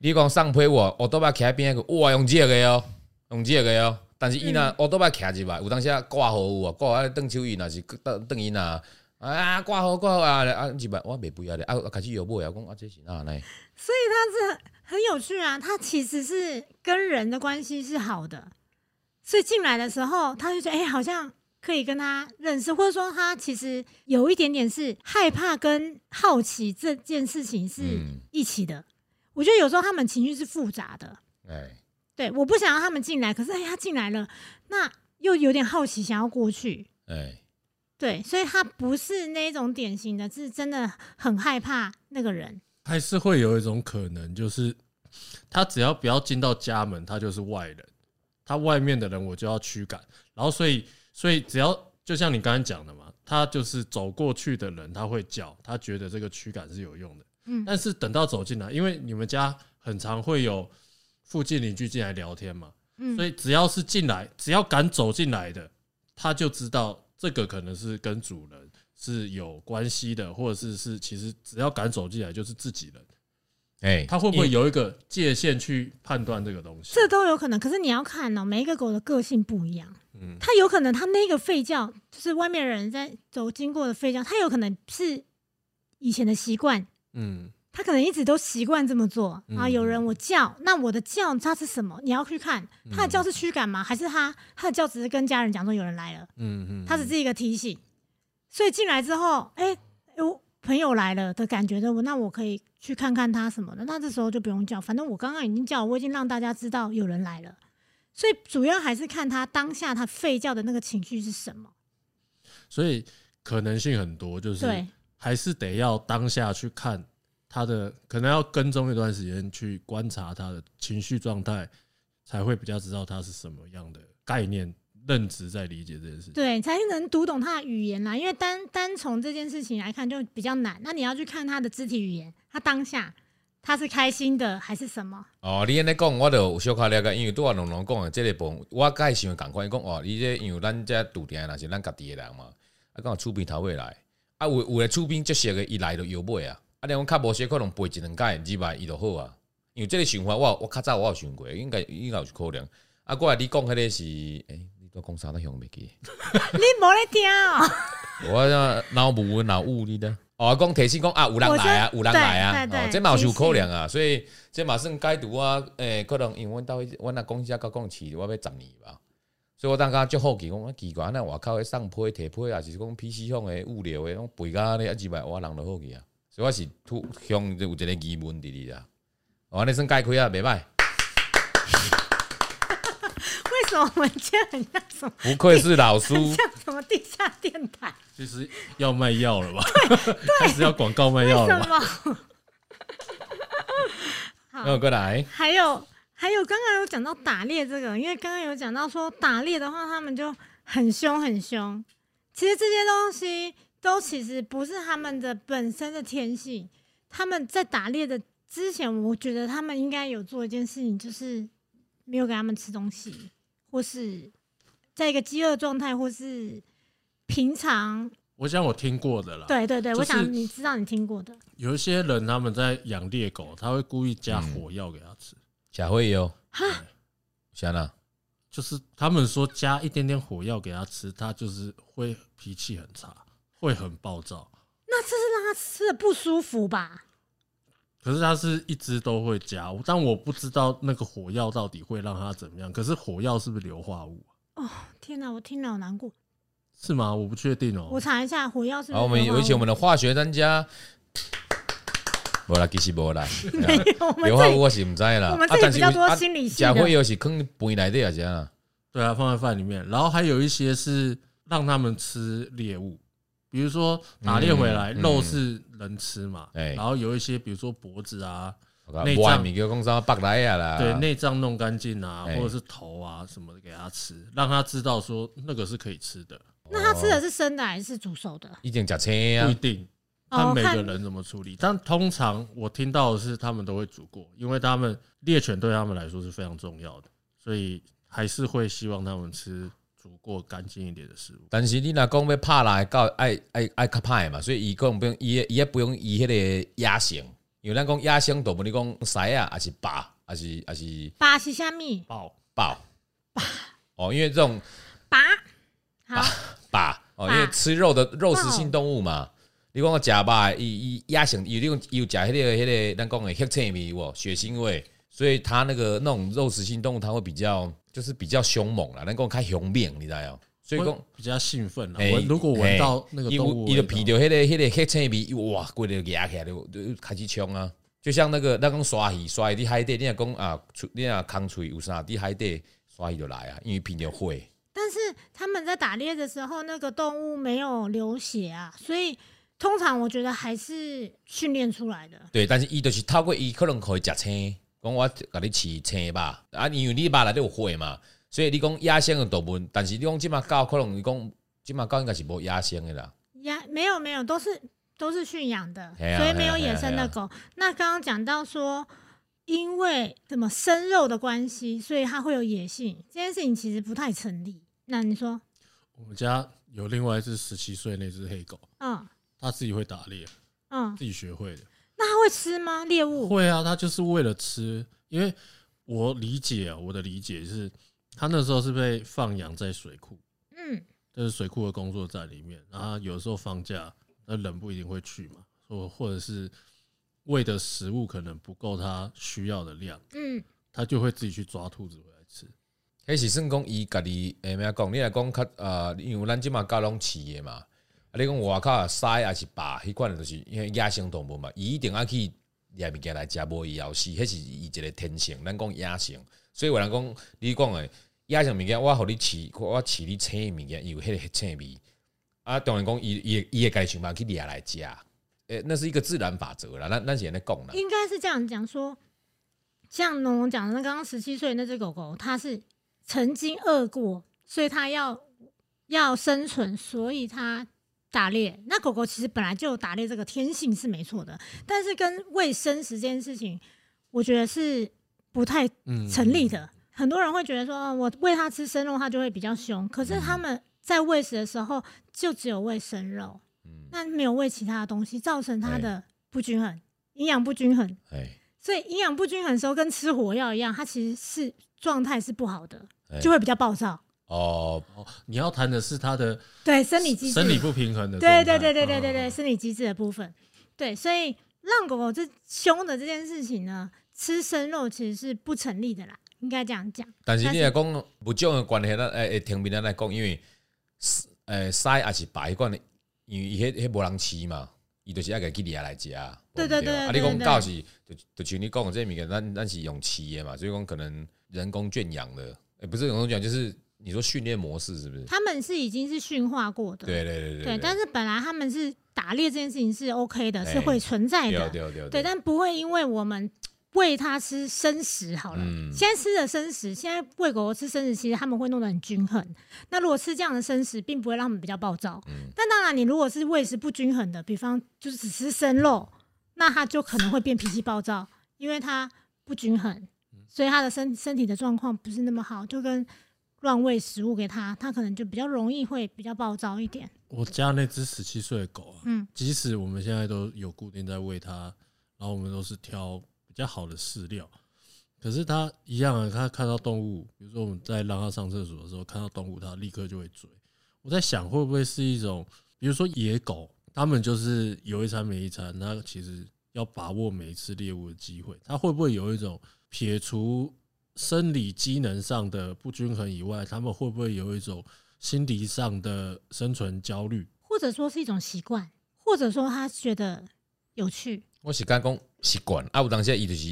S2: 你讲送皮我，我都要徛边个，哇用这个哦，用这个哦。但
S1: 嗯
S2: 是伊若我都要徛入来，有当时啊挂号有啊，挂啊邓手伊若是邓邓伊若啊挂号挂号啊啊入来我袂肥啊咧，啊啊开始摇尾啊，讲啊这是哪呢？
S1: 所以它是很有趣啊，它其实是跟人的关系是好的，所以进来的时候，他就觉得哎、好像可以跟他认识，或者说他其实有一点点是害怕跟好奇这件事情是
S2: 嗯，
S1: 一起的。我觉得有时候他们情绪是复杂的，
S2: 诶、
S1: 对，我不想让他们进来，可是哎、他进来了，那又有点好奇，想要过去，
S2: 诶、
S1: 对，所以他不是那种典型的，是真的很害怕那个人。
S3: 还是会有一种可能，就是他只要不要进到家门，他就是外人，他外面的人我就要驱赶。然后所以所以只要就像你刚才讲的嘛，他就是走过去的人，他会叫，他觉得这个驱赶是有用的。
S1: 嗯
S3: 但是等到走进来，因为你们家很常会有附近邻居进来聊天嘛，
S1: 嗯，
S3: 所以只要是进来，只要敢走进来的，他就知道这个可能是跟主人是有关系的，或者是是其实只要敢走进来就是自己人。
S2: 诶、
S3: 他会不会有一个界限去判断这个东西？
S1: 这都有可能。可是你要看哦，每一个狗的个性不一样，
S3: 嗯，
S1: 它有可能它那个吠叫，就是外面人在走经过的吠叫，它有可能是以前的习惯，
S3: 嗯，
S1: 它可能一直都习惯这么做。
S3: 嗯
S1: 然后有人我叫，那我的叫它是什么？你要去看它的
S3: 嗯
S1: 叫是驱赶吗？还是它它的叫只是跟家人讲说有人来了，
S3: 嗯嗯，
S1: 它只是一个提醒。所以进来之后，哎、有朋友来了的感觉的，我那我可以去看看他什么的。那这时候就不用叫，反正我刚刚已经叫，我已经让大家知道有人来了。所以主要还是看他当下他吠叫的那个情绪是什么。
S3: 所以可能性很多，就是
S1: 对，
S3: 还是得要当下去看他的，可能要跟踪一段时间去观察他的情绪状态，才会比较知道他是什么样的概念、认知在理解这件事情。
S1: 对，才能读懂他的语言啦。因为单单从这件事情来看就比较难。那你要去看他的肢体语言，他当下他是开心的还是什么？
S2: 哦，你安尼讲，我就有小可了解，因为拄啊龙龙讲的即个部分，我甲伊想的共款。伊讲哦，伊这因为咱遮拄定若是咱家己的人嘛，啊，讲有厝边头尾来，啊有有的厝边接熟的伊来就摇尾啊，啊，你讲较无熟可能背一两届入来伊就好啊。因为即个想法，我有我较早我有想过，应该应该有可能。啊，过来你讲迄个是，诶、你都讲啥都想袂记。
S1: 你没在听哦、
S2: 我那脑雾脑雾你的。哦，讲提醒讲啊，有人来啊，有
S1: 我
S2: 人
S1: 觉得
S2: 来啊，
S1: 对对
S2: 哦
S1: 对，
S2: 这嘛是有可能啊，所以这嘛算解读啊，诶、可能因为阮兜阮阿公家甲讲饲我要十年吧，所以我当下足好奇，讲啊奇怪，那外口的送批、提批，也是讲 PC 向的物流的，讲肥甲安尼一啊百我人就好奇啊。所以我是突向有一个疑问伫哩啦，哦，安尼算解开啊，袂歹。
S1: 为什么我们家很像什么？
S2: 不愧是 老师，
S1: 很像什么地下电台？
S3: 其实要卖药了吧？ 开始要广告卖药
S1: 为什
S3: 了吧？
S1: 么？
S2: 那哦我过来，
S1: 还有还有，刚刚有讲到打猎这个，因为刚刚有讲到说打猎的话，他们就很凶很凶。其实这些东西都其实不是他们的本身的天性。他们在打猎的之前，我觉得他们应该有做一件事情，就是没有给他们吃东西，或是在一个饥饿状态，或是平常。
S3: 我想我听过的啦，
S1: 对对对，
S3: 就是
S1: 我想你知道你听过的，
S3: 有一些人他们在养猎狗，他会故意加火药给它吃，
S2: 小慧哦，啊
S1: 哈，
S2: 啥啦？
S3: 就是他们说加一点点火药给它吃，它就是会脾气很差，会很暴躁。
S1: 那这是让他吃的不舒服吧？
S3: 可是它是一直都会加，但我不知道那个火药到底会让它怎么样。可是火药是不是硫化物啊、
S1: 哦天哪，我听了好难过。
S3: 是吗？我不确定哦、
S1: 我查一下火药是不是
S2: 好，我们
S1: 硫化
S2: 有
S1: 物
S2: 请我们的化学专家。
S1: 嗯
S2: 无啦，其实无啦，
S1: 没有， 我们
S2: 硫化
S1: 这
S2: 物
S1: 里
S2: 我是唔知道啦。
S1: 我们这里比较多
S2: 啊
S1: 心理系
S2: 假
S1: 的
S2: 会又是坑饭内底也是啊，
S3: 对啊，放在饭里面。然后还有一些是让他们吃猎物，比如说打猎回来，
S2: 嗯嗯
S3: 肉是能吃嘛，
S2: 哎
S3: 然后有一些比如说脖子啊，内脏
S2: 外面叫讲啥北来啊啦，
S3: 对，内脏弄干净啊，
S2: 哎
S3: 或者是头啊什么的给他吃，让他知道说那个是可以吃的，
S1: 那他吃的是生的还是煮熟的？
S2: 一定食青
S3: 不一
S2: 啊，
S3: 定。
S1: 哦
S3: 看每个
S1: 看
S3: 人怎么处理，但通常我听到的是他们都会煮过，因为他们猎犬对他们来说是非常重要的，所以还是会希望他们吃煮过干净一点的食物。
S2: 但是你若讲要拍来到爱爱爱较歹嘛，所以伊讲不用伊伊也不用伊迄个野性，因为咱讲野性，大部分你讲狮啊，还是霸，还是还是
S1: 拔是虾米？
S3: 爆
S2: 豹，哦，因为这种
S1: 拔好，
S2: 吧，哦，
S1: 吧
S2: 因为吃肉的肉食性动物嘛，你讲食吧，伊伊野性，伊有伊有食迄、个迄、个咱讲的血腥味哦，血腥味，所以它那个那种肉食性动物，它会比较就是比较凶猛啦，咱讲较凶猛，你知道哦？所以
S3: 会
S2: 讲，
S3: 比较兴奋啦。
S2: 哎
S3: 闻如果闻到那个
S2: 伊
S3: 动
S2: 有
S3: 物
S2: 伊
S3: 味
S2: 就
S3: 道，
S2: 闻到迄、个迄、个血腥味，哇，规个牙起来就就开始冲啊！就像那个咱讲鲨鱼，鲨鱼伫海底，你若讲啊，出你若空喙有啥伫海底，鲨鱼就来啊，因为闻到火。
S1: 但是他们在打猎的时候，那个动物没有流血啊，所以通常我觉得还是训练出来的。
S2: 对，但是伊就是透过伊可能可以食青，讲我甲你饲青肉啊，因为你肉内底有血嘛，所以你讲野生的动物，但是你讲即马狗可能你讲即马狗应该是无野生的啦，
S1: 呀，没有没有，都是都是驯养的，
S2: 嘿啊
S1: 所以没有
S2: 嘿啊
S1: 野生
S2: 嘿啊
S1: 的狗。那刚刚讲到说，因为怎么生肉的关系，所以它会有野性，这件事情其实不太成立。那你说，
S3: 我们家有另外一只十七岁那只黑狗，
S1: 嗯
S3: 它自己会打猎，
S1: 嗯，
S3: 自己学会的。
S1: 那它会吃吗？猎物？
S3: 会啊，它就是为了吃。因为我理解啊，我的理解是，它那时候是被放养在水库，
S1: 嗯，
S3: 就是水库的工作站里面。然后有时候放假，那人不一定会去嘛，或或者是喂的食物可能不够它需要的量，
S1: 嗯，
S3: 它就会自己去抓兔子回来吃。
S2: 迄是算讲伊家己诶，咩讲？你若讲较呃，因为咱即马狗拢饲的嘛，啊，你讲外口的狮还是霸，迄款的就是因为野生动物嘛，伊一定爱去掠物件来食，无伊会死，迄是伊一个天性，咱讲野生。所以有人讲，你讲诶，野生物件，我互你饲，我饲你青的物件，伊有迄个青味。啊，当然讲，伊伊会伊会家己想办法去掠来食。诶、那是一个自然法则啦，咱咱是安尼讲啦。
S1: 应该是这样讲说，像农农讲的，那刚刚十七岁那只狗狗，它是曾经饿过，所以它要要生存，所以它打猎。那狗狗其实本来就有打猎这个天性是没错的，但是跟喂生食这件事情，我觉得是不太
S3: 嗯，
S1: 成立的。很多人会觉得说，哦我喂它吃生肉，它就会比较凶。可
S3: 嗯
S1: 是他们在喂食的时候，就只有喂生肉，
S2: 嗯，
S1: 那没有喂其他的东西，造成
S3: 哎
S1: 它的不均衡，营养不均衡。
S2: 哎、
S1: 所以营养不均衡的时候，跟吃火药一样，它其实是状态是不好的，
S2: 哎
S1: 就会比较暴躁。
S2: 哦，
S3: 哦，你要谈的是它的
S1: 对，生理机制，
S3: 生理不平衡的状
S1: 对对
S3: 态。
S1: 对对对对对，
S3: 嗯，
S1: 生理机制的部分。对，所以让狗狗这凶的这件事情呢，吃生肉其实是不成立的啦。应该这样讲。
S2: 但是
S1: 但
S2: 你
S1: 是
S2: 来讲不种的关系，咱诶诶，听别人来讲，因为诶狮也是白管的，因为伊迄迄无人饲嘛，伊就是爱家己掠来食。
S1: 对
S2: 不
S1: 对对
S2: 啊，
S1: 对
S2: 你讲
S1: 对
S2: 狗是，就就像你讲的这物件，咱咱是用饲的嘛，所以讲可能人工圈养的，诶，不是人工圈养，就是你说训练模式是不是？
S1: 他们是已经是驯化过的，
S2: 对对对对
S1: 对，但是本来他们是打猎这件事情是 OK 的，
S2: 哎
S1: 是会存在
S2: 对
S1: 的，
S2: 对对
S1: 对，但不会因为我们喂它吃生食好了，
S2: 嗯
S1: 现在吃的生食，现在喂狗狗吃生食，其实他们会弄得很均衡。那如果吃这样的生食，并不会让他们比较暴躁。
S2: 嗯
S1: 但当然，你如果是喂食不均衡的，比方就是只吃生肉，那它就可能会变脾气暴躁，因为它不均衡，
S2: 嗯
S1: 所以它的身身体的状况不是那么好，就跟。乱喂食物给它，它可能就比较容易会比较暴躁一点。
S3: 我家那只十七岁的狗啊，
S1: 嗯
S3: 即使我们现在都有固定在喂它，然后我们都是挑比较好的饲料，可是它一样啊，它看到动物，比如说我们在让它上厕所的时候看到动物，它立刻就会追。我在想，会不会是一种，比如说野狗，它们就是有一餐没一餐，它其实要把握每一次猎物的机会，它会不会有一种撇除生理机能上的不均衡以外，它们会不会有一种心理上的生存焦虑？
S1: 或者说是一种习惯，或者说他觉得有趣。
S2: 我是讲讲习惯，啊，有当时伊就是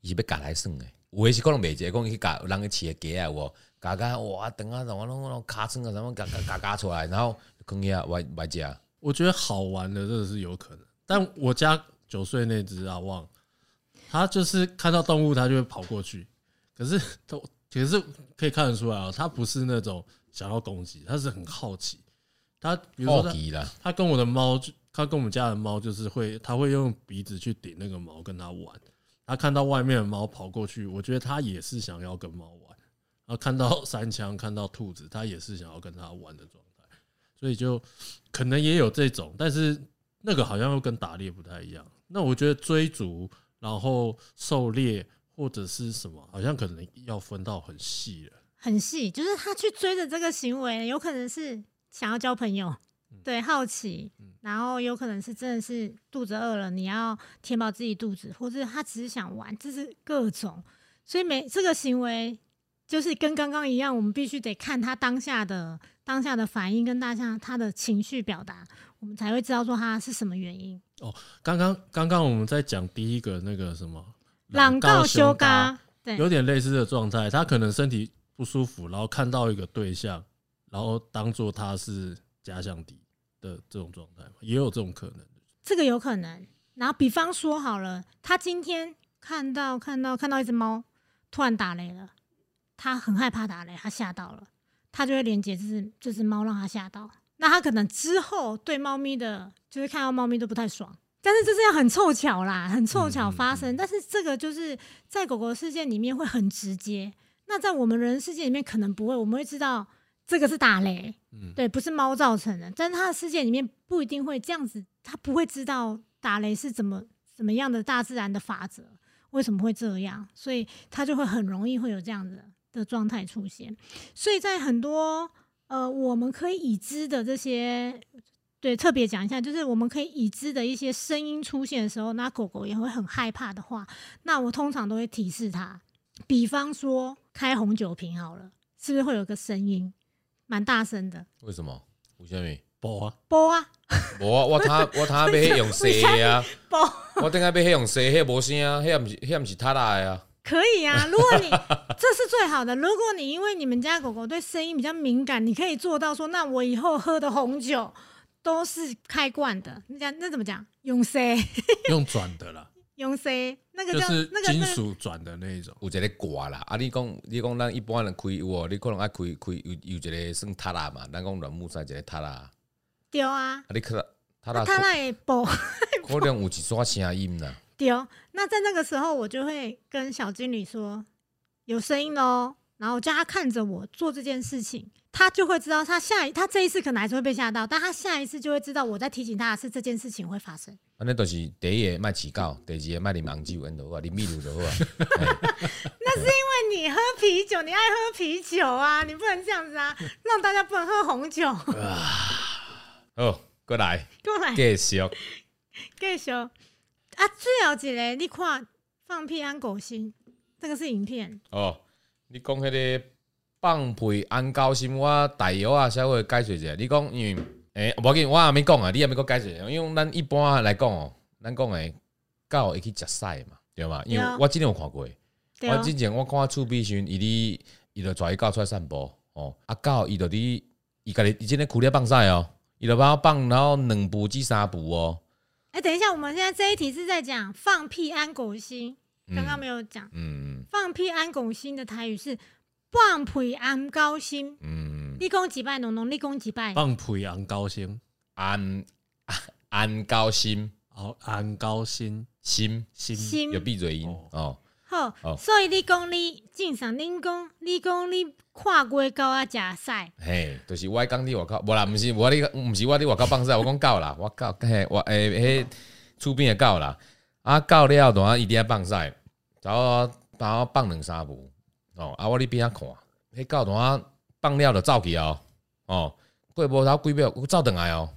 S2: 伊是要夹来耍的，有诶是可能袂者，讲去夹人去饲诶鸡啊，有无？夹夹哇，等啊，怎么拢拢尻川啊，什么夹夹夹夹出来，然后坑遐啊歪歪食，
S3: 我觉得好玩的真的是有可能，但我家九岁那只阿旺，它就是看到动物它就会跑过去，可是都可是可以看得出来啊、它不是那种想要攻击，它是很好奇。它比如说
S2: 好
S3: 它
S2: 奇啦，
S3: 它跟我的猫就，它跟我们家的猫就是会，它会用鼻子去顶那个猫跟它玩。它看到外面的猫跑过去，我觉得它也是想要跟猫玩。然后看到山枪，看到兔子，它也是想要跟它玩的状态。所以就可能也有这种，但是那个好像又跟打猎不太一样。那我觉得追逐，然后狩猎或者是什么，好像可能要分到很细了。
S1: 很细，就是他去追的这个行为，有可能是想要交朋友， 对，好奇，然后有可能是真的是肚子饿了，你要填饱自己肚子，或者他只是想玩，这是各种，所以每这个行为就是跟刚刚一样，我们必须得看他当下的当下的反应跟当下他的情绪表达，我们才会知道说他是什么原因。
S3: 刚刚刚刚我们在讲第一个那个什么
S1: 朗告
S3: 啊
S1: 修嘎，对
S3: 有点类似的状态，他可能身体不舒服，然后看到一个对象，然后当做他是假想敌的这种状态嘛，也有这种可能。
S1: 这个有可能。然后比方说好了，他今天看到看到看到一只猫突然打雷了，他很害怕打雷，他吓到了，他就会连接这只这只猫让他吓到。那他可能之后对猫咪的，就是看到猫咪都不太爽。但是这是要很凑巧啦，很凑巧发生。但是这个就是在狗狗事件里面会很直接，那在我们人世界里面可能不会，我们会知道这个是打雷，
S3: 嗯
S1: 对，不是猫造成的，但是它的世界里面不一定会这样子，它不会知道打雷是怎么怎么样的大自然的法则，为什么会这样，所以它就会很容易会有这样子的状态出现，所以在很多呃我们可以已知的这些。对，特别讲一下，就是我们可以已知的一些声音出现的时候，那狗狗也会很害怕的话，那我通常都会提示它，比方说开红酒瓶好了，是不是会有个声音，蛮大声的，
S2: 为什么？为什么？
S3: 不啊，
S1: 啵啊
S2: 无啊，我他我他要迄用洗的啊，
S1: 啵，
S2: 我顶下要迄用洗，迄无声啊，迄毋是迄毋是他来的啊，
S1: 可以 啊。如果你这是最好的，如果你因为你们家狗狗对声音比较敏感，你可以做到说，那我以后喝的红酒都是开罐的，那讲那怎么讲？用 C
S3: 用转的啦，
S1: 用 C，那个
S3: 就
S1: 叫、
S3: 是
S1: 那个
S3: 金
S1: 那个
S3: 属转的那一种。
S2: 有一个挂啦。啊，你讲你讲咱一般人开有哦，你可能爱开开有有一个算塔拉嘛，咱讲软木塞一个塔拉，啊，
S1: 丢啊，
S2: 你去
S1: 那
S2: 塔拉
S1: 它那也啵。
S2: 可能有一撮声音啦。
S1: 对哦，那在那个时候，我就会跟小经理说有声音喽，然后叫他看着我做这件事情，他就会知道他下一他这一次可能还是会被吓到，但他下一次就会知道我在提醒他的是这件事情会发生。
S2: 安尼就是第一个卖饲狗，第二个卖啉红酒，安就好啊，啉米露就好啊。嘿
S1: 因为你喝啤酒，你爱喝啤酒啊，你不能这样子 啊，让大家不能喝红酒。
S2: 好，过来
S1: 过来，
S2: 继续。
S1: 继续啊，最后一个你看放屁安狗心，这个是影片，
S2: 哦，你讲迄个放屁安高心，我大药啊，稍微解释一下。你讲因为诶，无要紧，我还没讲啊，你还没给我解释一下。因为咱一般来讲哦，咱讲诶，狗会去食屎嘛，对嘛？因
S1: 对
S2: 为
S1: 啊
S2: 我之前有看过，
S1: 对
S2: 我
S1: 哦，
S2: 之前我看厝边时阵，伊咧伊就带伊狗出来散步哦，啊狗伊就伫伊家己伊真诶苦咧放屎哦，伊就帮我放然后两步至三步哦。
S1: 哎，等一下，我们现在这一题是在讲放屁安狗心，
S2: 嗯
S1: 刚刚没有讲
S2: 嗯
S1: 放屁安狗心的台语是放屁安高心，
S2: 嗯，
S1: 立功几拜农农立功几拜，
S3: 放屁昂高兴，
S2: 安安高心
S3: 好昂高兴
S2: 心
S3: 心
S1: 心
S2: 有闭嘴音
S3: 哦
S2: 哦，
S1: 好，
S2: 哦
S1: 所以你讲你正常，你讲你讲你跨过狗啊食屎，
S2: 嘿，就是我讲你外口，无啦，毋是我你，毋是我你外口放屎，我讲狗啦， 我狗嘿，我诶迄厝边诶狗啦，啊狗了，然后伊伫遐放屎，然后然后放两三步，哦，啊我伫边仔看，迄狗然后放了就走去哦，哦，过无头几秒又走倒来哦，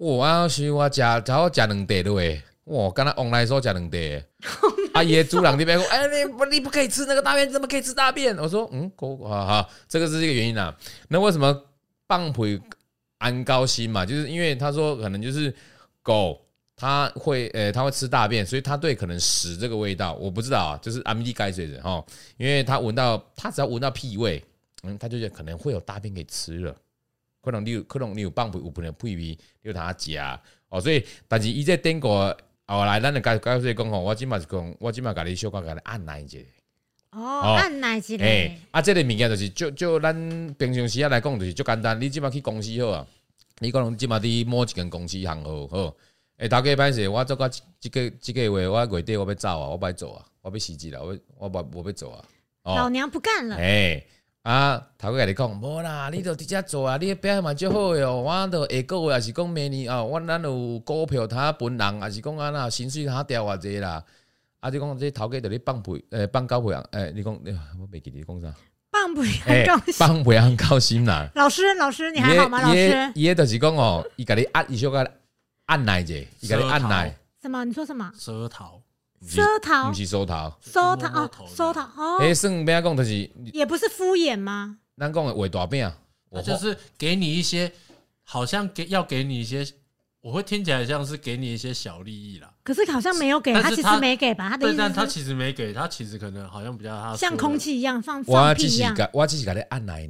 S2: 哇，啊是我食，然后食两块落诶，哇，敢若往来说食两块啊的。阿爷猪郎那边说：“哎，你不，你不可以吃那个大便，你怎么可以吃大便？”我说：“嗯，狗啊，好，这个是一个原因啦、那为什么棒腿安高心嘛？就是因为他说可能就是狗它会呃它会吃大便，所以它对可能屎这个味道我不知道啊，就是阿米利盖水人哈，因为它闻到它只要闻到屁味，嗯，它就觉得可能会有大便给吃了。可能你有可能你有放屁，有可能屁味，你有他食哦，所以但是伊这顶过后哦来，咱就解解释讲吼，我即嘛是讲，我即嘛甲你小可甲你按耐一下。
S1: 哦，按奶一
S2: 哎、
S1: 个，
S2: 啊，这个物件就是，就就咱平常时啊来讲，就是足简单。你即马去公司好啊，你可能即马伫某一间公司行号好，哎、头家歹势，我做到即即个即个月，我月底我要走啊，我不要做啊，我要辞职啦，我要我无无要做啊。
S1: 老娘不干了，
S2: 嘿，啊，头家甲你讲，无啦，
S1: 嗯
S2: 你就直接做啊，你表现嘛足好诶哦，我著下个月也是讲明年哦，我咱有股票他分人，啊也是讲安那薪水他调偌济啦。啊，你讲这头家著咧放屁，诶、放狗屁啊，诶、你讲，哎呀我袂记你讲 啥？
S1: 放屁安
S2: 诶、
S1: 高心。
S2: 哎放屁很高心啦。
S1: 老师，老师，你还好吗？老师，
S2: 伊著是讲哦，伊甲你按，伊小甲按奶者，伊甲你按奶，
S1: 什么？你说什么？
S3: 舌头，
S2: 毋是
S1: 奢逃
S2: 毋，是收头。
S1: 收
S3: 摸
S1: 逃
S3: 摸
S1: 哦
S3: 头，的
S1: 收逃
S2: 诶、
S1: 哦，
S2: 算边讲就是，
S1: 也不是敷衍吗？
S2: 咱讲诶画大
S1: 啊
S2: 饼，
S3: 那
S2: 我
S3: 就是给你一些，好像给要给你一些，我会听起来像是给你一些小利益啦。
S1: 可是好像没有给，
S3: 但
S1: 他
S3: 是
S1: 其
S3: 他
S1: 实没给吧？啊他的
S3: 对，
S1: 意
S3: 但他
S1: 思是
S3: 其实没给他，其实可能好像比较他
S1: 像
S3: 说的
S1: 空气一样放
S2: 我
S1: 放
S2: 只
S1: 屁一
S2: 是
S1: 样。
S2: 甲我只是甲你按来尔。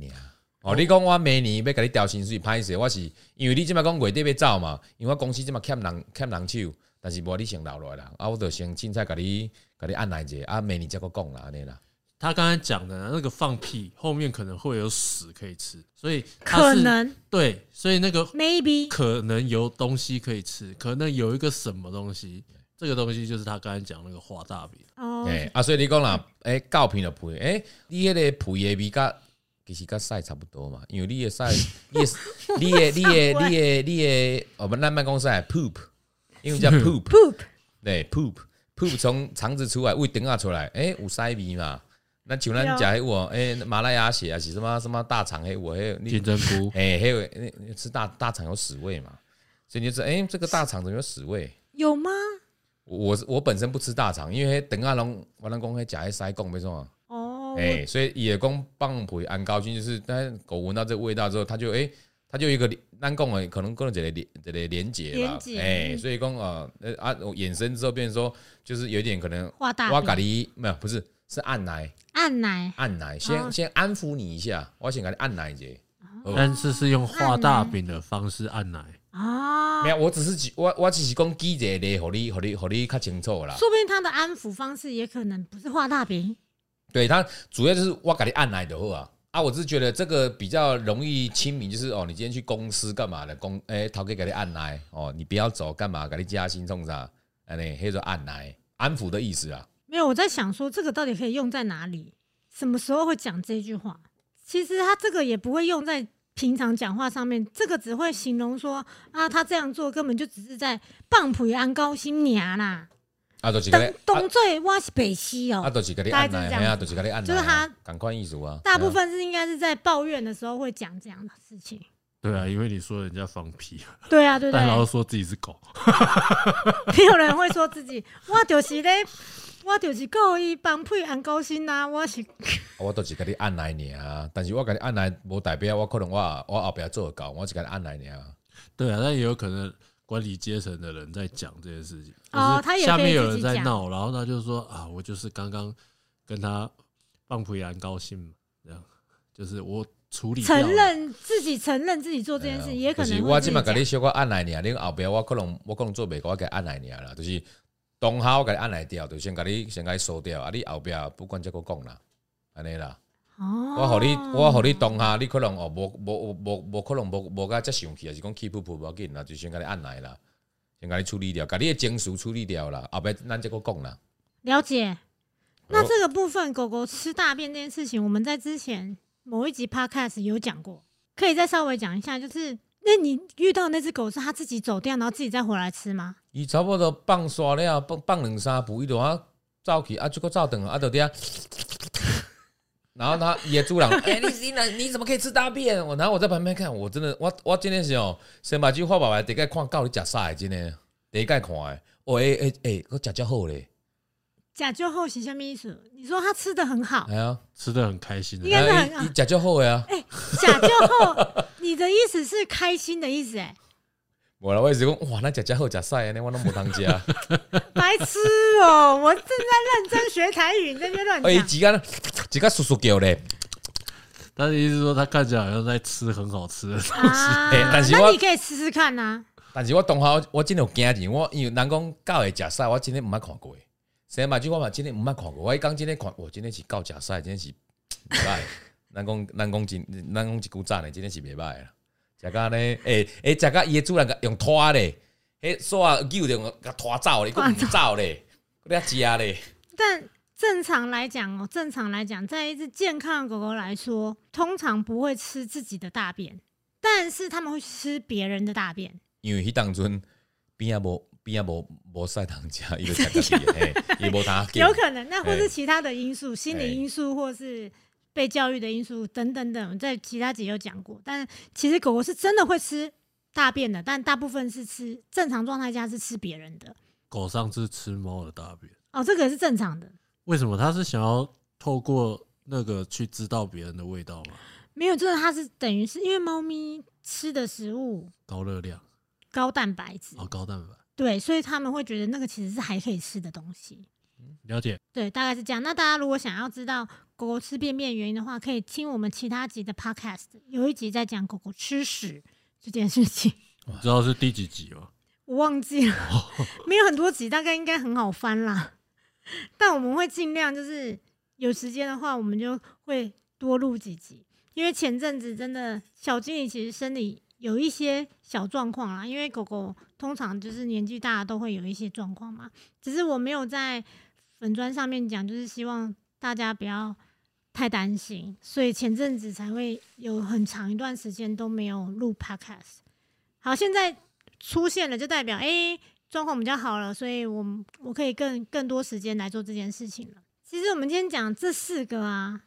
S2: 哦，你讲我明年要甲你调薪水，歹势，我是因为你即摆讲月底要走嘛，因为我公司即摆欠人欠人手，但是无你先留落来啦，啊，我就先凊彩甲你甲你按来者，啊，明年再个讲啦，安尼啦。
S3: 他刚才讲的那个放屁，后面可能会有屎可以吃，所以他
S1: 可
S3: 是
S1: 能
S3: 对，所以那个
S1: maybe
S3: 可能有东西可以吃，可能有一个什么东西，这个东西就是他刚才讲那个画大饼，
S1: 哦，
S2: 诶、啊，所以你讲啦，诶、狗片就皮，诶、你迄个皮的味甲其实甲屎差不多嘛，因为你的屎， 你的你的你的你的你的，我们咱慢讲屎 poop，因为 叫 poop。
S1: poop
S2: 对，poop poop 从肠子出来，胃顶啊出来，诶、有塞味嘛？那像咱食迄我，诶、马来亚血啊，是什么什么大肠迄我，迄你，
S3: 金针菇
S2: 诶，迄有你你吃大大肠有屎味嘛？所以你就知道，诶、这个大肠怎么有屎味？
S1: 有吗？
S2: 我我是我本身不吃大肠，因为迄顶啊拢我拢讲迄食迄塞贡，没错啊。
S1: 哦，
S2: 哎、所以野公棒腿安高菌就是，但狗闻到这味道之后，它就哎、它就有一个单共诶，可能跟这个连这个连结吧
S1: 连，结
S2: 哎、
S1: 嗯
S2: 所以讲呃呃啊，我衍生之后变成说，就是有一点可能
S1: 画大
S2: 哇
S1: 饼
S2: 咖喱没有，不是是按奶
S1: 按奶
S2: 按奶，先、
S1: 哦
S2: 先安抚你一下，我先给你按奶一下。哦
S3: 但是是用画大饼的方式按奶，
S1: 哦
S2: 没，有，我只是举我我只是讲记者咧，互你互你互你较清楚啦。
S1: 说不定他的安抚方式也可能不是画大饼，
S2: 对，它主要就是我给你按来的话啊。啊，我只是觉得这个比较容易亲民，就是哦，你今天去公司干嘛的？公诶，头家给你按来哦，你不要走，干嘛？给你加薪冲啥？安尼，迄就按来安抚的意思啊。
S1: 没有，我在想说这个到底可以用在哪里？什么时候会讲这句话？其实他这个也不会用在平常讲话上面，这个只会形容说啊，他这样做根本就只是在棒普安高新娘啦，
S2: 啊，就是给
S1: 东
S2: 你
S1: 东最我是北西
S2: 啊，
S1: 哦。
S2: 就是给你按来，
S1: 大概是这样
S2: 哎呀，就是给你按
S1: 就
S2: 来啊，
S1: 是他
S2: 赶快意思啊。
S1: 大部分是应该是在抱怨的时候会讲这样的事情，
S3: 对啊，因为你说人家放屁，
S1: 对啊，对不
S3: 但然后
S1: 对？
S3: 说自己是狗，
S1: 没有人会说自己，我就是咧，我就是故意放屁安高薪呐、我是
S2: 我都是给你按来你啊，但是我给你按来，无代表我可能我我后边做得到，我只给你按来你啊。
S3: 对啊，但也有可能管理阶层的人在讲这件事情，
S1: 哦
S3: 就是
S1: 他也
S3: 下
S1: 可以
S3: 面有
S1: 自
S3: 人
S1: 己
S3: 在
S1: 讲
S3: 闹，然后他就说啊，我就是刚刚跟他放屁很高兴嘛，这样就是我处理掉了
S1: 承认自己承认自己做这件事，也可
S2: 哎啊就是
S1: 能
S2: 我
S1: 会
S2: 即
S1: 自
S2: 嘛
S1: 己
S2: 给
S1: 讲
S2: 你小可按来你啊，你后边我可能我可能做袂到，我给你按来你啊啦，就是当下我给你按来掉，就先给你先给你收掉啊，你后边不管再个讲啦，安尼啦。
S1: 哦，
S2: 我互你，我互你当下，你可能哦，无无无无可能无无甲遮生气，还是讲气噗噗无要紧啦，就先甲你按来啦，先甲你处理掉，甲你的情绪处理掉啦，后摆咱再个讲啦。
S1: 了解。那
S2: 好
S1: 这个部分，狗狗吃大便这件事情，我们在之前某一集 podcast 有讲过，可以再稍微讲一下。就是，那你遇到那只狗是它自己走掉，然后自己再回来吃吗？
S2: 伊差不多放煞了，放放两三步，伊就啊走去，啊就个走转，啊就伫遐。 然后他也主人，哎、你你哪你怎么可以吃大便？我然后我在旁边看，我真的我我今天是哦，先把句话爸爸第一个看到底食啥的，真的第一个看的，哦哎哎哎，我食较好咧，
S1: 假就后洗下面意思？你说它吃的很 好
S2: 哎，呀，
S3: 吃的很开心、
S1: 应
S3: 啊，
S1: 该是
S2: 哎
S1: 很
S2: 伊食较好的啊。
S1: 假就后，你的意思是开心的意思、欸？
S2: 我啦，我一直讲哇，那食食好食晒安尼，我拢无通食。啊
S1: 白痴哦、我正在认真学台语，你在那边乱
S2: 哎，
S1: 讲。
S2: 几个几个叔叔叫咧，
S3: 但是意思是说他看起来好像在吃很好吃的，
S1: 啊
S2: 哎但是
S1: 那
S2: 我
S1: 你可以试试看啊呐、
S2: 但是我当下我我真的有惊钱，我因为人讲狗会食晒，我真的毋捌看过。生嘛，即我嘛真的毋捌看过。我讲真的看，我真的是狗食晒，真的是袂歹。咱讲咱讲真，咱讲一句赞的，真的是袂歹啦。食到呢，诶诶，食到伊的主人甲用拖咧，迄煞救着甲拖走咧，佮毋走咧，佮遐食咧。
S1: 但正常来讲哦，正常来讲，在一只健康的狗狗来说，通常不会吃自己的大便，但是他们会吃别人的大便。
S2: 因为迄当阵边啊无边啊无无晒通食，伊就食家己的，嘿，伊无他
S1: 有可能，那或是其他的因素，心理因素，或是被教育的因素等等等，在其他集有讲过。但其实狗狗是真的会吃大便的，但大部分是吃正常状态下是吃别人的。
S3: 狗上次吃猫的大便，
S1: 哦，这个是正常的，
S3: 为什么？他是想要透过那个去知道别人的味道吗？
S1: 没有，就是它是等于是因为猫咪吃的食物
S3: 高热量
S1: 高蛋白质，
S3: 哦，高蛋白，
S1: 对，所以他们会觉得那个其实是还可以吃的东西。
S3: 了解。
S1: 对，大概是这样。那大家如果想要知道狗狗吃便便的原因的话，可以听我们其他集的 podcast，有一集在讲狗狗吃屎这件事情，
S3: 你知道是第几集吗？
S1: 我忘记了，没有很多集，大概应该很好翻啦。但我们会尽量就是有时间的话，我们就会多录几集，因为前阵子真的小精灵其实生理有一些小状况啦，因为狗狗通常就是年纪大都会有一些状况嘛，只是我没有在粉砖上面讲，就是希望大家不要太担心，所以前阵子才会有很长一段时间都没有录 podcast。好，现在出现了，就代表诶状况比较好了，所以我们我可以更更多时间来做这件事情了。其实我们今天讲这四个啊，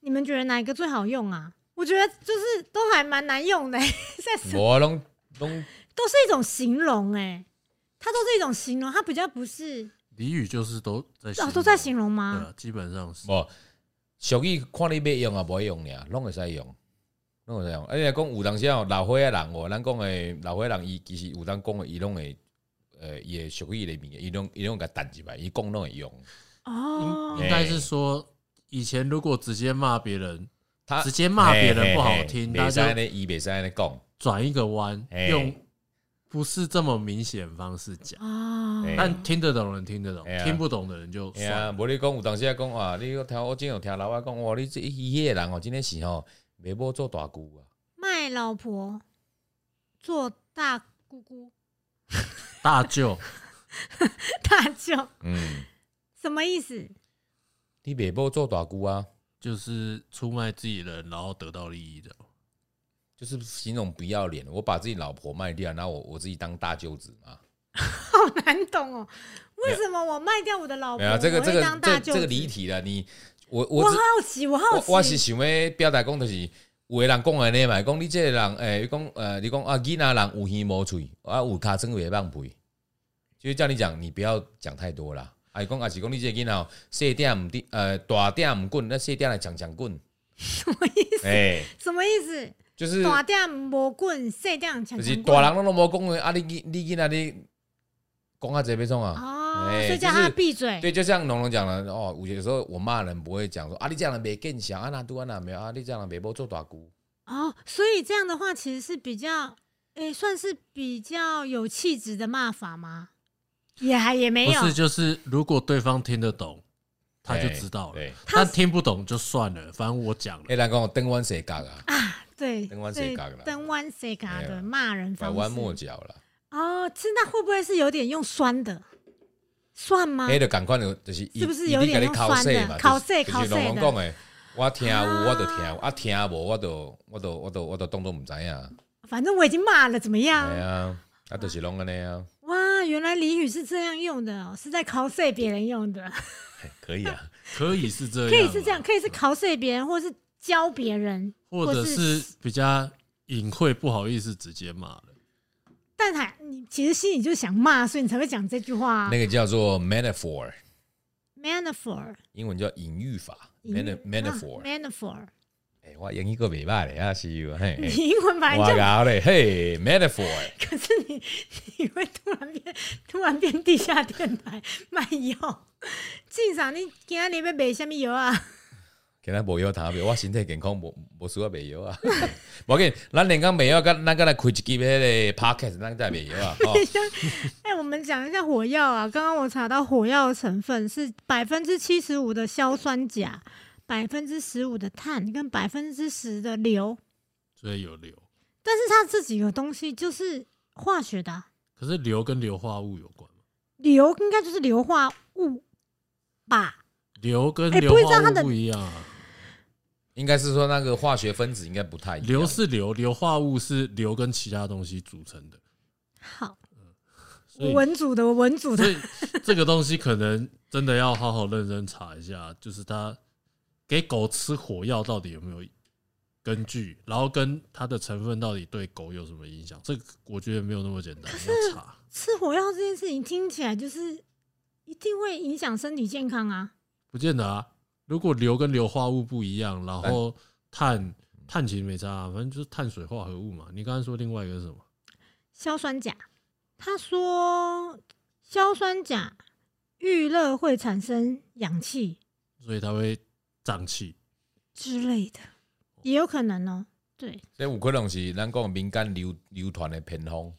S1: 你们觉得哪一个最好用啊？我觉得就是都还蛮难用的、 在什
S2: 无啊，拢拢
S1: 都是一种形容哎、它都是一种形容，它比较不是
S3: 俚语就是都在
S1: 哦
S3: 容，
S1: 都在形容
S3: 对
S1: 吗？
S3: 啊，基本上是。
S2: 无俗语看你要用啊，无用俩，拢会使用，拢会使用。而且讲有当时哦，老岁仔人哦，咱讲诶老岁仔人，伊其实有当讲诶，伊拢会诶，伊诶俗语里面，伊拢伊拢甲弹入来，伊讲拢会用。
S1: 哦
S3: 应，应
S2: 哎
S3: 该是说，以前如果直接骂别人，
S2: 他
S3: 直接骂别人不好听，
S2: 袂
S3: 他
S2: 使
S3: 就
S2: 安尼，伊袂使安尼讲。
S3: 转一个弯，
S2: 嘿
S3: 用不是这么明显的方式讲。
S1: 哦，
S2: 哎
S3: 但听得懂的人听得懂
S2: 哎，呀
S3: 听不懂的人就算
S2: 哎呀，
S3: 了。
S2: 无你讲有当时啊讲哇，你讲听我真有听老外讲哇，你这伊迄个人哦，真诶是吼，袂要做大舅啊。
S1: 卖老婆做大姑姑
S3: 大舅，
S1: 大舅
S2: 嗯，
S1: 什么意思？
S2: 你袂要做大舅啊，
S3: 就是出卖自己人，然后得到利益的。
S2: 就是形容不要脸。我把自己老婆卖掉，然后我我自己当大舅子嘛。
S1: 好难懂哦，为什么我卖掉我的老
S2: 没
S1: 婆，
S2: 有啊这个
S1: 我
S2: 这
S1: 哦会
S2: 个
S1: 当
S2: 这
S1: 大舅
S2: 这
S1: 子
S2: 个离题了。你我
S1: 我
S2: 我只
S1: 好奇，我好
S2: 我我是
S1: 奇，
S2: 想要表达讲就是，有的人讲安尼嘛，讲你这个人，诶、伊讲呃，你讲啊，囡仔人有耳无嘴，啊有尻川有放屁，就是叫你讲，你不要讲太多啦。啊，伊讲啊是讲你这个囡仔哦，细点毋滴，呃，大点毋滚，那细点来讲讲滚，
S1: 什么意思？
S2: 诶、
S1: 什么意思？
S2: 哎就是
S1: 大点无滚，细点强
S2: 就是
S1: 强
S2: 大
S1: 棍。
S2: 人拢拢无讲话，啊，你囡你囡仔你讲啊这要创啊。
S1: 哦，
S2: 哎
S1: 所以叫
S2: 就是
S1: 他闭嘴。
S2: 对，就像龙龙讲了哦，有些时候我骂人不会讲说啊，你这样人没更想啊，那都啊那没有啊，你这样人没波做大姑，
S1: 哦，所以这样的话其实是比较，诶、算是比较有气质的骂法吗？也还也没
S3: 不
S1: 有，
S3: 是就是如果对方听得懂，他就知道了
S2: 对对；
S3: 但听不懂就算了，反正我讲了
S2: 哎，。人讲灯弯谁嘎啊，
S1: 对，
S2: 登弯
S1: 对
S2: 谁嘎的啦
S1: 登弯谁嘎
S2: 哎呀
S1: 的骂人
S2: 拐
S1: 方
S2: 弯
S1: 式
S2: 抹角了，
S1: 哦，是那会不会是有点用酸的？算吗？
S2: 黑的赶快的，就是
S1: 是不是有点
S2: 你
S1: 用
S2: 考
S1: 酸
S2: 试
S1: 的
S2: 嘛，
S1: 考
S2: 就
S1: 试
S2: 是
S1: 考
S2: 就是
S1: 试
S2: 龙龙
S1: 的
S2: 讲的，我听有
S1: 啊
S2: 我就听有，啊听无我就我就我就我就当作唔知影，
S1: 反正我已经骂了，怎么样？
S2: 哎呀，啊就是拢安尼啊，
S1: 哇，原来俚语是这样用的哦，是在 cos 别人用的，
S2: 嘿可以啊，
S3: 可以是这样，
S1: 可以是这样，，可以是 cos 别人，或是教别人，
S3: 或者是比较隐晦，不好意思直接骂了。
S1: 但还你其实心里就想骂，所以你才会讲这句话、啊。
S2: 那个叫做 metaphor，
S1: metaphor，
S2: 英文叫隐喻法
S1: 隐喻
S2: ，meta metaphor，
S1: 啊 metaphor，
S2: 哎，我英语个袂歹咧，啊是有嘿。嘿
S1: 你英文本来
S2: 我
S1: 就，
S2: 搞嘞，嘿，metaphor，
S1: 可是你你会突然变突然变地下电台卖药，进赏你今天你要卖什么药啊？
S2: 今仔无药通卖，我身体健康无无需要卖药啊。 无要紧，咱连讲卖药，咱咱再来开一集迄个 podcast，咱再卖药啊。哦，
S1: 哎、我们讲一下火药啊。刚刚我查到火药的成分是百分之七十五的硝酸钾，百分之十五的碳跟百分之十的硫，
S3: 所以有硫，
S1: 但是它这几个东西就是化学的啊、
S3: 可是硫跟硫化物有关吗？
S1: 硫应该就是硫化物吧？
S3: 硫跟
S1: 哎
S3: 硫
S1: 不会知道
S3: 化
S1: 它
S3: 物
S1: 的
S3: 不一样啊，
S2: 应该是说那个化学分子应该不太一样。
S3: 硫是硫，硫化物是硫跟其他东西组成的，
S1: 好，
S3: 所
S1: 我
S3: 以
S1: 文组的，我文组
S3: 所
S1: 的，
S3: 以这个东西可能真的要好好认真查一下，就是它给狗吃火药到底有没有根据，然后跟它的成分到底对狗有什么影响，这个我觉得没有那么简单，要查。
S1: 吃火药这件事情听起来就是一定会影响身体健康啊。
S3: 不见得啊。如果硫跟硫化物不一样，然后碳碳其实没差、啊，反正就是碳水化合物嘛。你刚才说另外一个是什么？
S1: 硝酸钾，他说硝酸钾遇热会产生氧气
S3: 所以它会胀气。
S1: 之类的，也有可能哦、对，
S2: 所以有可能是咱讲民间流流传的偏方。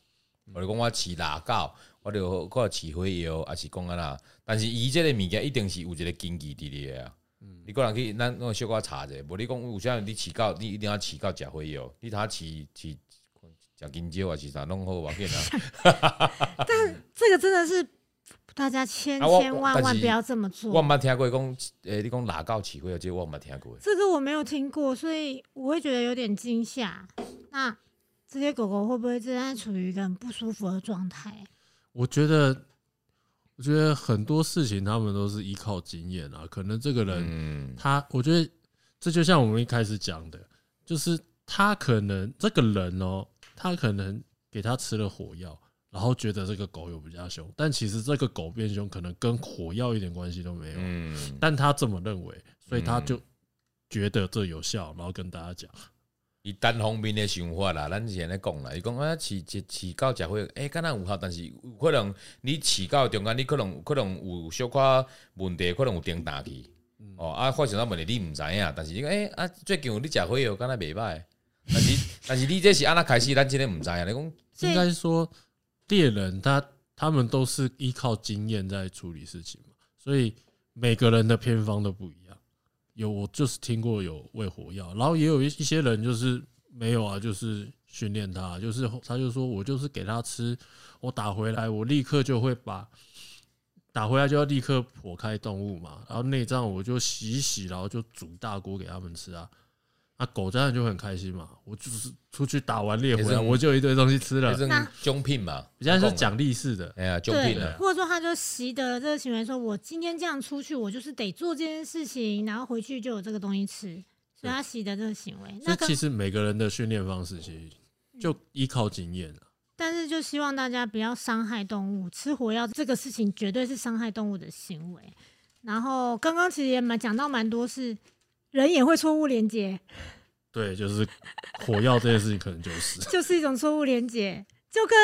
S2: 我就讲我饲拉狗，我就我饲火药，还是讲安啦。但是伊即个物件一定是有一个根据伫咧啊。你个人去咱我小可查者，无你讲有啥你饲狗，你一定要饲狗食火药，你他饲饲食金蕉还是啥拢好无要紧啊。
S1: 这个真的是大家千
S2: 啊我
S1: 千万
S2: 但
S1: 万
S2: 是
S1: 不要这么
S2: 我毋
S1: 做。
S2: 捌听过讲，诶、你讲拉狗饲火药，这个我毋捌听过。
S1: 这个我没有听过，所以我会觉得有点惊吓。那这些狗狗会不会正在处于一个很不舒服的状态？
S3: 我觉得，我觉得很多事情他们都是依靠经验啊。可能这个人
S2: 嗯，
S3: 他，我觉得这就像我们一开始讲的，就是他可能这个人哦，他可能给他吃了火药，然后觉得这个狗有比较凶，但其实这个狗变凶可能跟火药一点关系都没有。
S2: 嗯，
S3: 但他这么认为，所以他就觉得这有效，然后跟大家讲，
S2: 伊单方面的想法啦，咱是安尼讲啦，伊讲啊，饲饲饲狗食火，诶、敢若有效，但是有可能你饲狗中间，你可能可能有小可问题，可能有停打去，哦啊，发生啥问题你毋知影，但是你讲诶、啊，最近有你食火药，敢若袂歹，但是 但是你这是安那开始，咱真的毋知啊影，你讲
S1: 所
S3: 应
S1: 以
S3: 该说猎人他他们都是依靠经验在处理事情嘛，所以每个人的偏方都不一样。有我就是听过有喂火药，然后也有一一些人就是没有啊，就是训练他，就是他就说我就是给他吃，我打回来我立刻就会把。打回来就要立刻剖开动物嘛，然后内脏我就洗一洗，然后就煮大锅给他们吃啊。那狗当然就很开心嘛，我就是出去打完猎回
S2: 也
S3: 来，
S2: 是
S3: 我就有一堆东西吃了
S2: 反，正
S1: 那
S2: 奖品嘛，
S3: 比较是奖励式的，
S2: 哎呀奖
S1: 对
S2: 品啦，
S1: 或者说他就习得了这个行为，说我今天这样出去，我就是得做这件事情，然后回去就有这个东西吃，所以他习得这个行为。
S3: 所
S1: 那
S3: 以
S1: 刚嗯
S3: 其实每个人的训练方式其实就依靠经验啊。
S1: 但是就希望大家不要伤害动物，吃火药这个事情绝对是伤害动物的行为。然后刚刚其实也蛮讲到蛮多是人也会错误连接，
S3: 对，就是 火药这件事情，可能就是
S1: 就是一种错误连接，就跟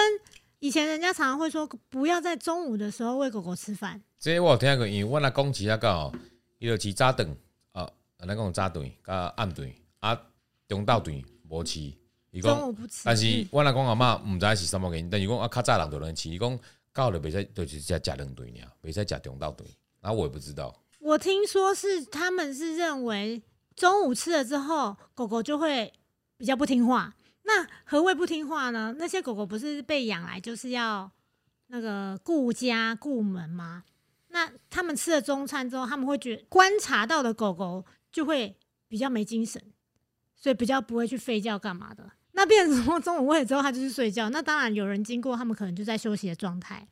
S1: 以前人家常常会说不要在中午的时候喂狗狗吃饭，
S2: 这我有听过，因为我若讲饲啊狗，伊就饲早顿啊，咱讲早顿甲暗顿啊，中昼顿无饲。伊
S1: 中
S2: 讲，
S1: 午不吃。
S2: 但是
S1: 嗯
S2: 我若讲阿嬷毋知是啥物原因，但是讲啊，较早人就能饲，伊讲狗就袂使，就是只食两顿尔，袂使食中昼顿。然后我也不知道，
S1: 我听说是他们是认为中午吃了之后，狗狗就会比较不听话。那何谓不听话呢？那些狗狗不是被养来就是要那个顾家顾门吗？那他们吃了中餐之后，他们会觉观察到的狗狗就会比较没精神，所以比较不会去吠叫干嘛的。那变成说中午喂了之后，它就是睡觉。那当然有人经过，他们可能就在休息的状态，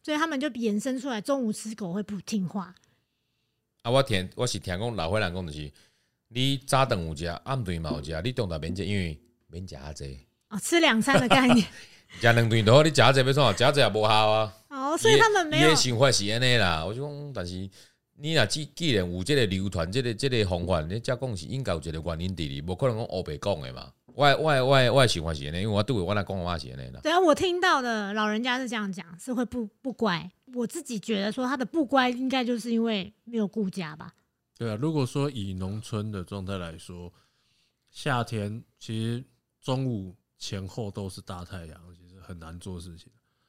S1: 所以他们就衍生出来中午吃狗会不听话。
S2: 啊，我听我是听讲老伙人讲就是，你早顿有食，暗顿嘛有食，你中昼免食，因为免食较济，
S1: 哦，吃两餐的概念
S2: 食两顿就好，你食较济要创，食较济也无效啊。
S1: 哦，所以他们没
S2: 伊
S1: 有
S2: 的想法是安尼啦，我就讲，但是你若既既然有即个流传，即、个即、个方法，你才讲是应该有一个原因伫哩，无可能讲黑白讲的嘛。我的我的我的我的想法是安尼，因为我对我来讲我也是安尼啦。
S1: 对啊，我听到的老人家是这样讲，是会不不乖。我自己觉得说他的不乖，应该就是因为没有顾家吧。
S3: 对啊。如果说以农村的状态来说，夏天其实中午前后都是大太阳，其实很难做事情。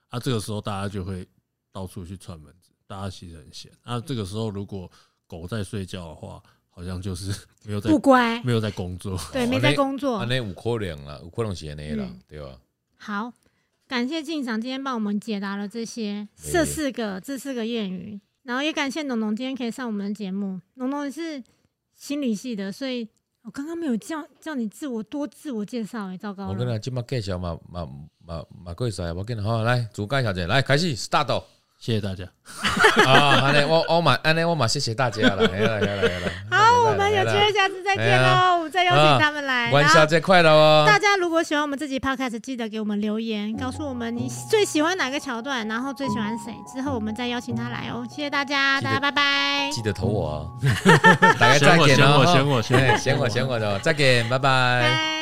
S3: 啊，这个时候大家就会到处去串门子，大家其实很闲。啊
S1: 嗯
S3: 那、这个时候如果狗在睡觉的话，好像就是 没有在
S1: 不乖，
S3: 没有在工作。
S1: 对，
S2: 哦
S1: 没在
S2: 那
S1: 工作
S2: 安。尼有可能啦，有可能是安尼啦，
S1: 嗯
S2: 对啊吧？
S1: 好，感谢静赏今天帮我们解答了这些
S2: 哎
S1: 这四个这四个谚语，然后也感谢农农今天可以上我们的节目。农农是心理系的，所以我刚刚没有叫叫你自我多自我介绍、哎，糟糕
S2: 我跟
S1: 了。
S2: 你即马介绍嘛嘛嘛嘛过使，我跟你好来，主介绍者来开始 start 哦
S3: 谢谢大家。
S2: 啊！ 安尼我我嘛安尼我嘛谢谢 大家啦，嘿啦嘿啦嘿啦。
S1: 好，
S2: 好
S1: 我们有机会下次再见哦
S2: 哎呀
S1: 喽，我们再邀请他们来。
S2: 元
S1: 然后
S2: 宵节快乐哦！
S1: 大家如果喜欢我们这集 podcast，记得给我们留言，告诉我们你最喜欢哪个桥段，然后最喜欢谁，之后我们再邀请他来哦。谢谢大家，
S2: 记得
S1: 大家拜拜。
S2: 记 得投我哦，大家再见
S3: 选我
S2: 哦！
S3: 选我选我
S2: 哎选我选我的哦，再见，拜拜
S1: 拜。